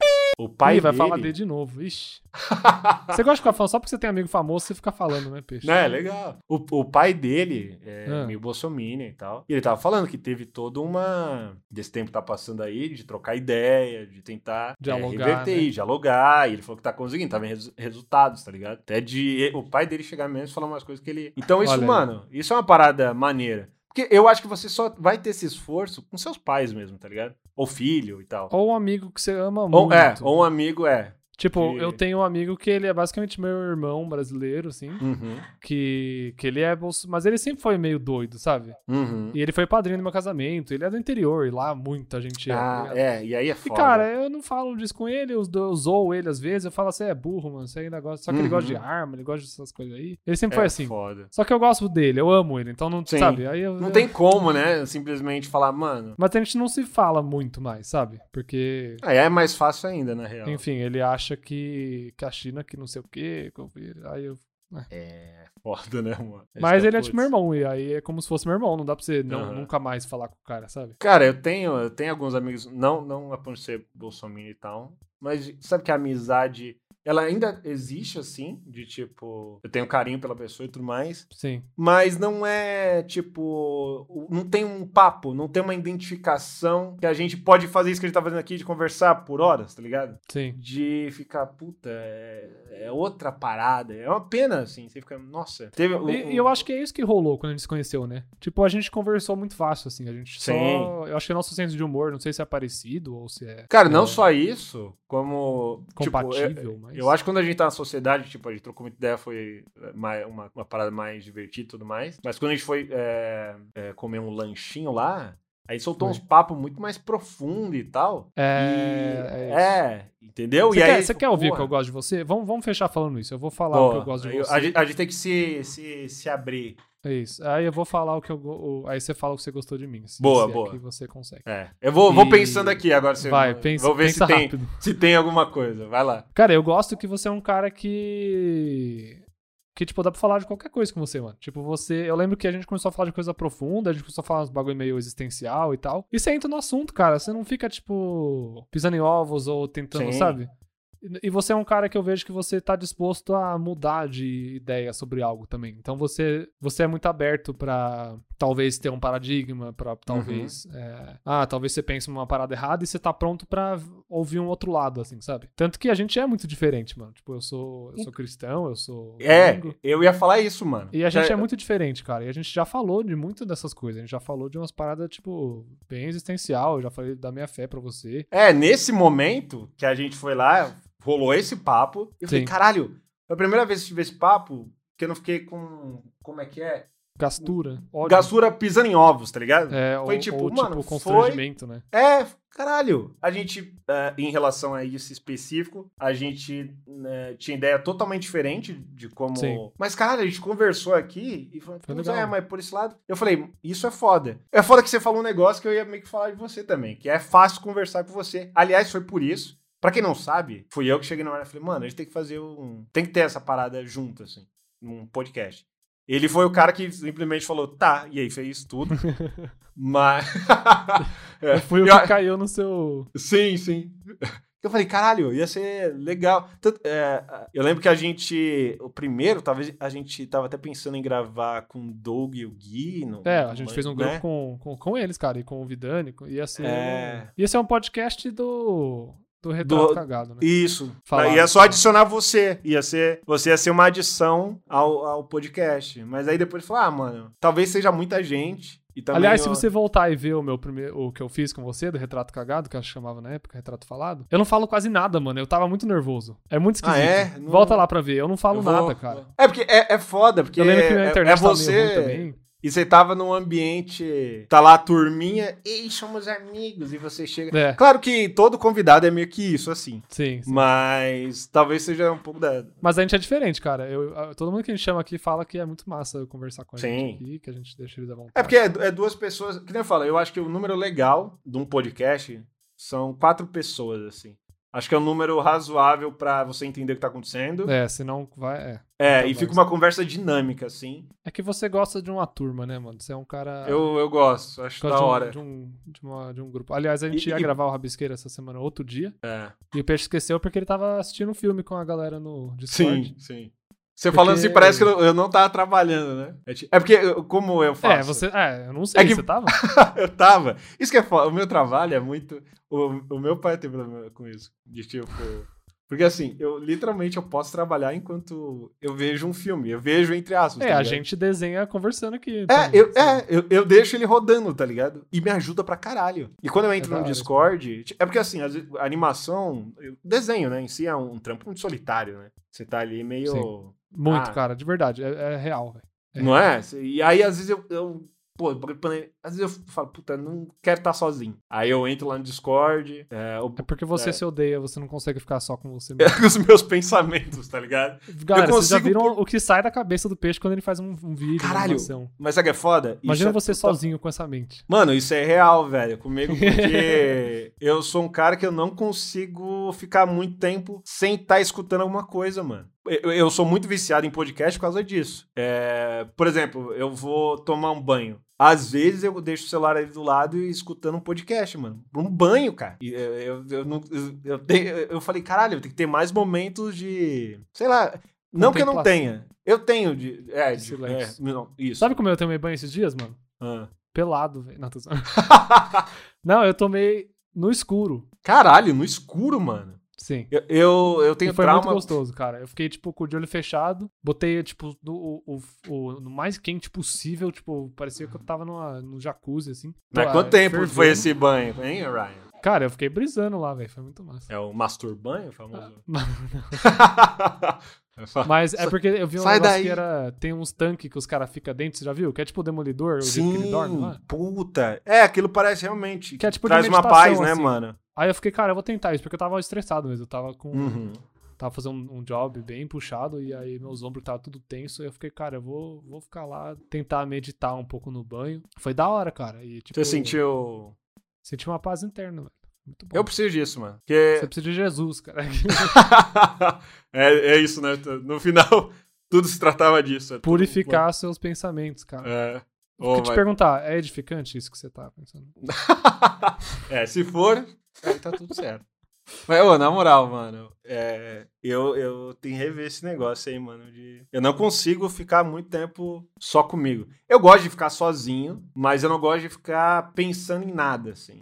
Speaker 2: o pai
Speaker 1: Ih, vai
Speaker 2: dele.
Speaker 1: falar dele de novo, ixi. você gosta de ficar falando, só porque você tem amigo famoso, você fica falando, né, peixe?
Speaker 2: Né, legal. O, o pai dele é
Speaker 1: Ah.
Speaker 2: meio bolsominion e tal. E ele tava falando que teve toda uma. Desse tempo que tá passando aí, de trocar ideia, de tentar é,
Speaker 1: Dialogar,
Speaker 2: reverter,
Speaker 1: né?
Speaker 2: dialogar. E ele falou que tá conseguindo, tá vendo resu- resultados, tá ligado? Até de o pai dele chegar mesmo e falar umas coisas que ele. Então isso,
Speaker 1: Olha aí.
Speaker 2: mano, isso é uma parada maneira. Porque eu acho que você só vai ter esse esforço com seus pais mesmo, tá ligado? Ou filho e tal.
Speaker 1: Ou um amigo que você ama
Speaker 2: Ou,
Speaker 1: muito.
Speaker 2: é, ou um amigo é.
Speaker 1: Tipo,
Speaker 2: que-
Speaker 1: eu tenho um amigo que ele é basicamente meu irmão brasileiro, assim.
Speaker 2: Uhum.
Speaker 1: Que, que ele é bolso. Mas ele sempre foi meio doido, sabe?
Speaker 2: Uhum.
Speaker 1: E ele foi padrinho do meu casamento. Ele é do interior e lá muita gente é. tá
Speaker 2: Ah,
Speaker 1: ligado?
Speaker 2: é, e aí é
Speaker 1: E,
Speaker 2: foda.
Speaker 1: cara, eu não falo disso com ele, eu, eu zoo ele às vezes, eu falo assim, é burro, mano, você ainda gosta. Só que ele
Speaker 2: Uhum. É
Speaker 1: gosta de arma, ele gosta dessas coisas aí. Ele sempre foi assim.
Speaker 2: Foda.
Speaker 1: Só que eu gosto dele, eu amo ele, então não,
Speaker 2: Sim.
Speaker 1: sabe? Aí eu,
Speaker 2: Não
Speaker 1: eu-
Speaker 2: tem como, né? Simplesmente falar, mano.
Speaker 1: Mas a gente não se fala muito mais, sabe? Porque,
Speaker 2: Aí é mais fácil ainda, na real.
Speaker 1: enfim, ele acha que, que a China que não sei o quê, que eu vi- aí eu...
Speaker 2: É foda, né, mano?
Speaker 1: Mas
Speaker 2: Esse
Speaker 1: ele é
Speaker 2: putz.
Speaker 1: tipo meu irmão, e aí é como se fosse meu irmão, não dá pra você não-
Speaker 2: Aham.
Speaker 1: nunca mais falar com o cara, sabe?
Speaker 2: Cara, eu tenho, eu tenho alguns amigos, não, não é por ser bolsominion e tal, mas sabe que a amizade, ela ainda existe assim, de tipo, eu tenho carinho pela pessoa e tudo mais,
Speaker 1: Sim.
Speaker 2: mas não é tipo, o- não tem um papo, não tem uma identificação que a gente pode fazer isso que a gente tá fazendo aqui, de conversar por horas, tá ligado?
Speaker 1: Sim.
Speaker 2: de ficar, puta, é, é outra parada. É uma pena, assim. Você fica, nossa. Teve um-
Speaker 1: E, e eu acho que é isso que rolou quando a gente se conheceu, né? Tipo, a gente conversou muito fácil, assim. A gente só.
Speaker 2: Sim.
Speaker 1: Eu acho que o nosso senso de humor, não sei se é parecido ou se é
Speaker 2: Cara, não
Speaker 1: é,
Speaker 2: só isso, como. tipo,
Speaker 1: compatível, é
Speaker 2: eu-
Speaker 1: mas.
Speaker 2: eu, acho que quando a gente tá na sociedade, tipo, a gente trocou muita ideia, foi é, mais- uma, uma parada mais divertida e tudo mais. Mas quando a gente foi é, é, comer um lanchinho lá, aí soltou
Speaker 1: Foi.
Speaker 2: uns papos muito mais profundos e tal.
Speaker 1: É.
Speaker 2: E-
Speaker 1: é isso.
Speaker 2: é, entendeu?
Speaker 1: Você
Speaker 2: e
Speaker 1: quer,
Speaker 2: aí,
Speaker 1: você quer ouvir
Speaker 2: porra,
Speaker 1: que eu gosto de você? Vamos, vamos fechar falando isso. Eu vou falar o que eu
Speaker 2: pô,
Speaker 1: gosto de
Speaker 2: eu-
Speaker 1: você.
Speaker 2: A gente, a gente tem que se, se, se abrir.
Speaker 1: É isso. Aí eu vou falar o que eu. go- o- Aí você fala o que você gostou de mim. se-
Speaker 2: Boa,
Speaker 1: se é
Speaker 2: boa.
Speaker 1: que você consegue.
Speaker 2: É. Eu vou, vou
Speaker 1: E-
Speaker 2: pensando aqui agora. Você
Speaker 1: Vai, pensa,
Speaker 2: vou ver
Speaker 1: pensa
Speaker 2: se tem,
Speaker 1: rápido.
Speaker 2: se tem alguma coisa. Vai lá.
Speaker 1: Cara, eu gosto que você é um cara que. Que, tipo, dá pra falar de qualquer coisa com você, mano. Tipo, você. Eu lembro que a gente começou a falar de coisa profunda, a gente começou a falar uns bagulho meio existencial e tal. E você entra no assunto, cara. Você não fica, tipo, pisando em ovos ou tentando,
Speaker 2: Sim.
Speaker 1: sabe? E- E você é um cara que eu vejo que você tá disposto a mudar de ideia sobre algo também. Então você, você é muito aberto pra talvez ter um paradigma, pra talvez.
Speaker 2: Uhum.
Speaker 1: é, ah, talvez você pense numa parada errada e você tá pronto pra ouvir um outro lado, assim, sabe? Tanto que a gente é muito diferente, mano. Tipo, eu sou, eu sou cristão, eu sou.
Speaker 2: É,
Speaker 1: gringo.
Speaker 2: eu ia falar isso, mano.
Speaker 1: E a gente
Speaker 2: Já-
Speaker 1: é muito diferente, cara. E a gente já falou de muito dessas coisas. A gente já falou de umas paradas, tipo, bem existencial. Eu já falei da minha fé pra você.
Speaker 2: É, nesse momento que a gente foi lá, rolou esse papo. Eu falei,
Speaker 1: Sim.
Speaker 2: caralho, foi a primeira vez que tive esse papo que eu não fiquei com. Como é que é?
Speaker 1: Gastura, ódio.
Speaker 2: Gastura pisando em ovos, tá ligado?
Speaker 1: É,
Speaker 2: Foi
Speaker 1: ou,
Speaker 2: tipo,
Speaker 1: ou,
Speaker 2: mano,
Speaker 1: tipo,
Speaker 2: foi-
Speaker 1: constrangimento, né?
Speaker 2: É, caralho. A gente, é, em relação a isso específico, a gente né, tinha ideia totalmente diferente de como.
Speaker 1: Sim.
Speaker 2: Mas, caralho, a gente conversou aqui e falou,
Speaker 1: Foi
Speaker 2: "Putz,
Speaker 1: legal."
Speaker 2: é, mas por esse lado. Eu falei, isso é foda. É foda que você falou um negócio que eu ia meio que falar de você também, que é fácil conversar com você. Aliás, foi por isso. Pra quem não sabe, fui eu que cheguei na hora e falei, mano, a gente tem que fazer um. Tem que ter essa parada junto, assim, num podcast. Ele foi o cara que simplesmente falou, tá, e aí fez tudo. mas. É,
Speaker 1: Foi o
Speaker 2: eu-
Speaker 1: que caiu no seu.
Speaker 2: Sim, sim. Eu falei, caralho, ia ser legal. Tanto- é, eu lembro que a gente, o primeiro, talvez a gente tava até pensando em gravar com o Doug e o Gui. Não,
Speaker 1: É, a gente fez um
Speaker 2: né?
Speaker 1: grupo com, com, com eles, cara, e assim, com o Vidani. com- Ia ser.
Speaker 2: É.
Speaker 1: Ia ser um podcast do. Do retrato
Speaker 2: Do-
Speaker 1: cagado, né?
Speaker 2: Isso.
Speaker 1: Falaram.
Speaker 2: ia só adicionar você. Ia ser, você ia ser uma adição ao, ao podcast. Mas aí depois falou, ah, mano, talvez seja muita gente. E também
Speaker 1: Aliás, se
Speaker 2: eu-
Speaker 1: você voltar e ver o meu primeiro, o que eu fiz com você, do retrato cagado, que eu chamava na época, retrato falado, eu não falo quase nada, mano. Eu tava muito nervoso. É muito esquisito.
Speaker 2: Ah, é? Não-
Speaker 1: Volta lá pra ver. Eu não falo
Speaker 2: eu vou-
Speaker 1: nada, cara.
Speaker 2: É porque é, é foda, porque
Speaker 1: eu lembro que
Speaker 2: é-
Speaker 1: minha internet
Speaker 2: é
Speaker 1: tava meio ruim
Speaker 2: você.
Speaker 1: também.
Speaker 2: E você tava num ambiente. Tá lá a turminha, ei, somos amigos, e você chega.
Speaker 1: É,
Speaker 2: Claro que todo convidado é meio que isso, assim.
Speaker 1: sim, sim.
Speaker 2: Mas talvez seja um pouco da.
Speaker 1: Mas a gente é diferente, cara. Eu, a- todo mundo que a gente chama aqui fala que é muito massa eu conversar com a
Speaker 2: Sim.
Speaker 1: gente aqui, que a gente deixa eles à vontade.
Speaker 2: É porque é, é duas pessoas. Que nem eu falo, eu acho que o número legal de um podcast são quatro pessoas, assim. Acho que é um número razoável pra você entender o que tá acontecendo. É,
Speaker 1: É, senão vai. É. então vai.
Speaker 2: e fica uma conversa dinâmica, assim.
Speaker 1: É que você gosta de uma turma, né, mano? Você é um cara.
Speaker 2: Eu, eu gosto, acho
Speaker 1: gosta
Speaker 2: da
Speaker 1: de um-
Speaker 2: hora.
Speaker 1: De um, de, uma- de um grupo. Aliás, a gente
Speaker 2: E-
Speaker 1: ia
Speaker 2: e-
Speaker 1: gravar o Rabisqueira essa semana, outro dia.
Speaker 2: É.
Speaker 1: E o Peixe esqueceu porque ele tava assistindo um filme com a galera no Discord.
Speaker 2: Sim, sim. Você
Speaker 1: Porque-
Speaker 2: falando assim, parece que eu eu não tava trabalhando, né? É ti- É porque, eu- como eu faço.
Speaker 1: É, você. É, eu não sei,
Speaker 2: É que-
Speaker 1: você tava?
Speaker 2: Eu tava. Isso que é foda. O meu trabalho é muito. O, o meu pai tem problema com isso. De tipo. Porque assim, eu literalmente eu posso trabalhar enquanto eu vejo um filme. Eu vejo entre aspas.
Speaker 1: É,
Speaker 2: tá
Speaker 1: a
Speaker 2: ligado?
Speaker 1: gente desenha conversando aqui. então, assim,
Speaker 2: É,
Speaker 1: também,
Speaker 2: eu,
Speaker 1: sabe?
Speaker 2: é eu, eu deixo ele rodando, tá ligado? E me ajuda pra caralho. E quando eu
Speaker 1: É
Speaker 2: entro
Speaker 1: da
Speaker 2: no
Speaker 1: hora isso.
Speaker 2: Discord. ti- É porque assim, às vezes, a animação. eu- Desenho, né? Em si é um, trampo muito solitário, né? Você tá ali meio.
Speaker 1: Muito,
Speaker 2: Ah.
Speaker 1: cara, de verdade. É, é real, velho. É.
Speaker 2: Não é? E aí, às vezes, eu. eu pô, porque, por exemplo, às vezes eu falo, puta, não quero estar sozinho. Aí eu entro lá no Discord, é, eu-
Speaker 1: É porque você
Speaker 2: É.
Speaker 1: se odeia, você não consegue ficar só com você mesmo.
Speaker 2: com os meus pensamentos, tá ligado?
Speaker 1: Galera, vocês já
Speaker 2: consigo
Speaker 1: viram o que sai da cabeça do peixe quando ele faz um, um vídeo,
Speaker 2: Caralho,
Speaker 1: uma animação.
Speaker 2: Mas sabe o que é foda? Isso
Speaker 1: Imagina
Speaker 2: é
Speaker 1: você
Speaker 2: total-
Speaker 1: sozinho com essa mente.
Speaker 2: Mano, isso é real, velho, comigo, porque eu sou um cara que eu não consigo ficar muito tempo sem estar escutando alguma coisa, mano. Eu, eu sou muito viciado em podcast por causa disso. É, por exemplo, eu vou tomar um banho. Às vezes eu deixo o celular ali do lado e escutando um podcast, mano. Um banho, cara. E eu, eu, eu, não- eu, eu, tenho- eu falei, caralho, eu tenho que ter mais momentos de. Sei lá. Não que eu não
Speaker 1: Contemplação.
Speaker 2: tenha. Eu tenho de. É, de. é,
Speaker 1: Silêncio.
Speaker 2: não, isso.
Speaker 1: Sabe como eu tomei banho esses dias, mano?
Speaker 2: Ah.
Speaker 1: Pelado, velho. Não, tô zoando. Não, eu tomei no escuro.
Speaker 2: Caralho, no escuro, mano.
Speaker 1: Sim.
Speaker 2: Eu, eu, eu tenho
Speaker 1: E foi
Speaker 2: trauma.
Speaker 1: muito gostoso, cara. Eu fiquei, tipo, com o de olho fechado. Botei, tipo, no, o, o- o- no mais quente possível. Tipo, parecia que eu tava numa, num jacuzzi, assim.
Speaker 2: Mas
Speaker 1: Pô,
Speaker 2: quanto
Speaker 1: é,
Speaker 2: tempo
Speaker 1: fervendo.
Speaker 2: foi esse banho, hein, Ryan?
Speaker 1: Cara, eu fiquei brisando lá, velho. Foi muito massa.
Speaker 2: É o masturbanho famoso?
Speaker 1: Mas é porque eu vi um
Speaker 2: Sai
Speaker 1: negócio
Speaker 2: daí.
Speaker 1: que era... Tem uns tanques que os caras ficam dentro, você já viu? Que é tipo o Demolidor, o jeito que ele
Speaker 2: Sim,
Speaker 1: dorme lá.
Speaker 2: puta. É, aquilo parece realmente.
Speaker 1: Que é tipo de
Speaker 2: Traz uma
Speaker 1: meditação,
Speaker 2: paz, né,
Speaker 1: assim.
Speaker 2: mano?
Speaker 1: Aí eu fiquei, cara, eu vou tentar isso, porque eu tava estressado mesmo. Eu tava com.
Speaker 2: Uhum.
Speaker 1: Tava fazendo um, um job bem puxado, e aí meus ombros tava tudo tenso. E eu fiquei, cara, eu vou, vou ficar lá, tentar meditar um pouco no banho. Foi da hora, cara. E, tipo,
Speaker 2: Você sentiu.
Speaker 1: Senti uma paz interna, velho. Muito bom.
Speaker 2: Eu preciso disso, mano.
Speaker 1: Você tá-
Speaker 2: Porque.
Speaker 1: precisa de Jesus, cara.
Speaker 2: é, é isso, né? No final, Tudo se tratava disso. é tudo-
Speaker 1: Purificar seus pensamentos, cara.
Speaker 2: É.
Speaker 1: Eu
Speaker 2: Oh,
Speaker 1: Fico te
Speaker 2: vai-
Speaker 1: perguntar, é edificante isso que você tá pensando?
Speaker 2: É, se for, aí tá tudo certo. Mas, ô, na moral, mano, é, eu, eu tenho que rever esse negócio aí, mano. de- Eu não consigo ficar muito tempo só comigo. Eu gosto de ficar sozinho, mas eu não gosto de ficar pensando em nada, assim.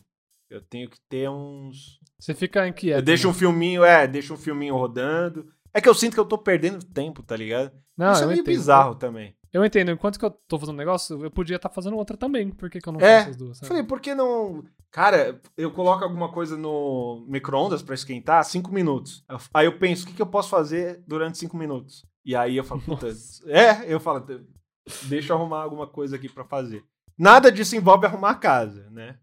Speaker 2: Eu tenho que ter uns.
Speaker 1: Você fica inquieto.
Speaker 2: Eu deixo
Speaker 1: né?
Speaker 2: um filminho, é, deixo um filminho rodando. É que eu sinto que eu tô perdendo tempo, tá ligado?
Speaker 1: Não,
Speaker 2: Isso é
Speaker 1: eu
Speaker 2: meio
Speaker 1: entendo.
Speaker 2: bizarro também.
Speaker 1: Eu entendo. Enquanto que eu tô fazendo um negócio, eu podia estar fazendo outra também. Por que, que eu não
Speaker 2: É,
Speaker 1: faço as duas?
Speaker 2: Eu
Speaker 1: sabe?
Speaker 2: Falei, por que não. Cara, eu coloco alguma coisa no micro-ondas pra esquentar, cinco minutos. Aí eu penso, o que, que eu posso fazer durante cinco minutos? E aí eu falo, puta. É, eu falo, deixa eu arrumar alguma coisa aqui pra fazer. Nada disso envolve arrumar a casa, né?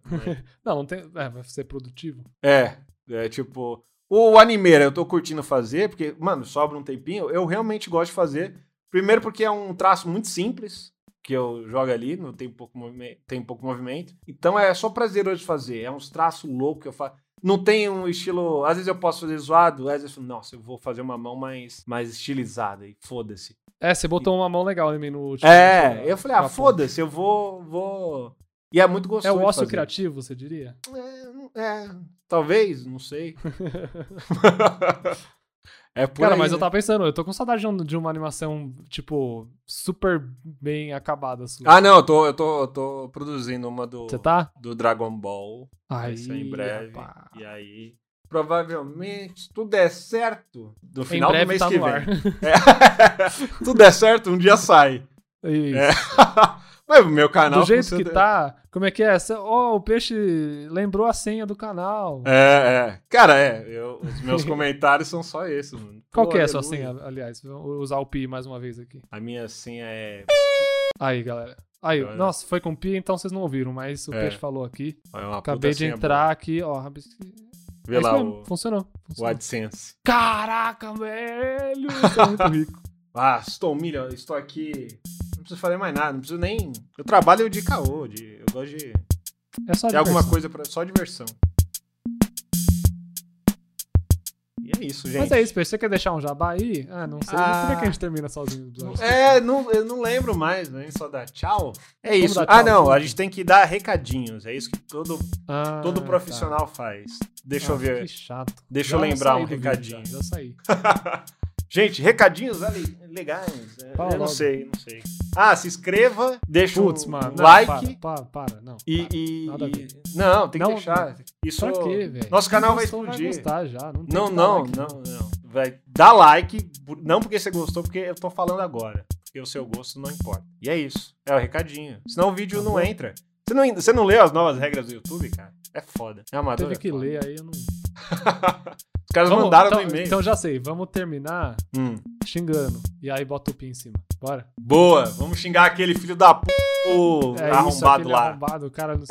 Speaker 1: Não, não tem. É, vai ser produtivo.
Speaker 2: É, é tipo. O animeira eu tô curtindo fazer, porque, mano, sobra um tempinho. Eu realmente gosto de fazer. Primeiro porque é um traço muito simples, que eu jogo ali, não tem pouco, movime- tem pouco movimento. Então é só prazeroso de fazer. É uns traços loucos que eu faço. Não tem um estilo. Às vezes eu posso fazer zoado, às vezes, eu falo, nossa, eu vou fazer uma mão mais, mais estilizada e foda-se.
Speaker 1: É, você botou uma mão legal em mim no último.
Speaker 2: É,
Speaker 1: na-
Speaker 2: eu falei, ah,
Speaker 1: na
Speaker 2: foda-se, eu vou, vou. E é muito
Speaker 1: ponta. né? É
Speaker 2: gostoso.
Speaker 1: o
Speaker 2: de
Speaker 1: ócio
Speaker 2: fazer.
Speaker 1: criativo, você diria?
Speaker 2: É, é, talvez, não sei. é por
Speaker 1: Cara,
Speaker 2: aí,
Speaker 1: mas eu
Speaker 2: né?
Speaker 1: tava pensando, eu tô com saudade de, um- de uma animação, tipo, super bem acabada sua.
Speaker 2: Ah, não, eu tô, eu tô, eu tô produzindo uma do,
Speaker 1: Você tá?
Speaker 2: do Dragon Ball. Vai
Speaker 1: Aí,
Speaker 2: ser em breve.
Speaker 1: rapaz.
Speaker 2: E aí, provavelmente, se tudo der certo, no
Speaker 1: Em
Speaker 2: final do
Speaker 1: breve
Speaker 2: mês
Speaker 1: tá
Speaker 2: que
Speaker 1: no
Speaker 2: vem.
Speaker 1: ar.
Speaker 2: É. Se tudo der certo, um dia sai.
Speaker 1: Isso.
Speaker 2: É. mas o meu canal...
Speaker 1: Do jeito
Speaker 2: funciona-
Speaker 1: que tá, como é que é? Cê- Ó, o peixe lembrou a senha do canal.
Speaker 2: É, é. Cara, é, eu- os meus comentários são só esses, mano.
Speaker 1: Qual
Speaker 2: Pô,
Speaker 1: que é a sua
Speaker 2: aleluia.
Speaker 1: senha, aliás? Vou usar o pi mais uma vez aqui.
Speaker 2: A minha senha é...
Speaker 1: Aí, galera. Aí,
Speaker 2: Olha.
Speaker 1: nossa, foi com pi, então vocês não ouviram, mas o
Speaker 2: É.
Speaker 1: peixe falou aqui.
Speaker 2: é uma puta
Speaker 1: Acabei de
Speaker 2: senha boa.
Speaker 1: entrar aqui, ó. rabis-
Speaker 2: Vê
Speaker 1: É isso
Speaker 2: lá
Speaker 1: mesmo,
Speaker 2: o,
Speaker 1: funcionou.
Speaker 2: o
Speaker 1: funcionou.
Speaker 2: AdSense.
Speaker 1: Caraca, velho! Você é muito rico.
Speaker 2: Ah, estou milha, estou aqui. Não preciso fazer mais nada, não preciso nem. Eu trabalho de caô, de... eu gosto de.
Speaker 1: É só
Speaker 2: ter alguma
Speaker 1: diversão.
Speaker 2: coisa pra. só diversão. E é isso, gente.
Speaker 1: Mas é isso, peixe. Você quer deixar um jabá aí? Ah, não sei.
Speaker 2: Ah.
Speaker 1: Como é que a gente termina sozinho o episódio?
Speaker 2: É, não, eu não lembro mais, né? Só dá tchau. É
Speaker 1: Vamos
Speaker 2: isso.
Speaker 1: dar
Speaker 2: ah,
Speaker 1: tchau,
Speaker 2: não, a
Speaker 1: vamos.
Speaker 2: gente tem que dar recadinhos. É isso que todo,
Speaker 1: Ah,
Speaker 2: todo
Speaker 1: tá.
Speaker 2: profissional faz. Deixa eu
Speaker 1: Ah,
Speaker 2: ver.
Speaker 1: Que chato.
Speaker 2: Deixa
Speaker 1: Já
Speaker 2: eu lembrar
Speaker 1: saí
Speaker 2: um
Speaker 1: do vídeo,
Speaker 2: recadinho.
Speaker 1: já, já saí.
Speaker 2: Gente, recadinhos ali- legais. É,
Speaker 1: Fala
Speaker 2: eu não
Speaker 1: logo.
Speaker 2: sei, não sei. Ah, se inscreva, deixa
Speaker 1: Putz,
Speaker 2: um
Speaker 1: mano. não,
Speaker 2: like.
Speaker 1: Para, para, para, Não.
Speaker 2: E,
Speaker 1: para.
Speaker 2: e-
Speaker 1: Nada a
Speaker 2: e-
Speaker 1: ver.
Speaker 2: não, tem que
Speaker 1: Não,
Speaker 2: deixar. Isso
Speaker 1: Pra quê, velho?
Speaker 2: Nosso canal vai
Speaker 1: Quem gostou
Speaker 2: explodir.
Speaker 1: gostar já. Não, tem
Speaker 2: Não,
Speaker 1: que dar
Speaker 2: não,
Speaker 1: like.
Speaker 2: não, não. Vai dar like, por- não porque você gostou, porque eu tô falando agora. Porque o seu gosto não importa. E é isso. É o recadinho. Senão o vídeo
Speaker 1: Tá
Speaker 2: não
Speaker 1: bom.
Speaker 2: entra. Você não, você não leu as novas regras do YouTube, cara? É foda. É amador.
Speaker 1: Teve
Speaker 2: é
Speaker 1: que
Speaker 2: foda.
Speaker 1: ler aí, eu não.
Speaker 2: Os caras
Speaker 1: Vamos,
Speaker 2: mandaram
Speaker 1: então,
Speaker 2: no e-mail.
Speaker 1: Então já sei, vamos terminar
Speaker 2: Hum.
Speaker 1: xingando. E aí bota o pin em cima. Bora.
Speaker 2: Boa, vamos xingar aquele filho da p... o
Speaker 1: É isso,
Speaker 2: arrombado
Speaker 1: aquele
Speaker 2: lá.
Speaker 1: arrombado, o cara. não-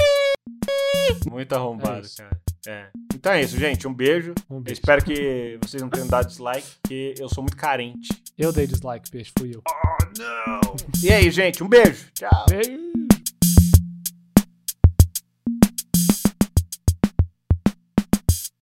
Speaker 2: Muito arrombado,
Speaker 1: É isso.
Speaker 2: cara. É. Então é isso, gente. Um beijo.
Speaker 1: Um
Speaker 2: Eu
Speaker 1: beijo.
Speaker 2: espero que vocês não tenham dado dislike, porque eu sou muito carente.
Speaker 1: Eu dei dislike, peixe, fui eu.
Speaker 2: Oh, não! E aí, gente, um beijo. Tchau.
Speaker 1: Beijo.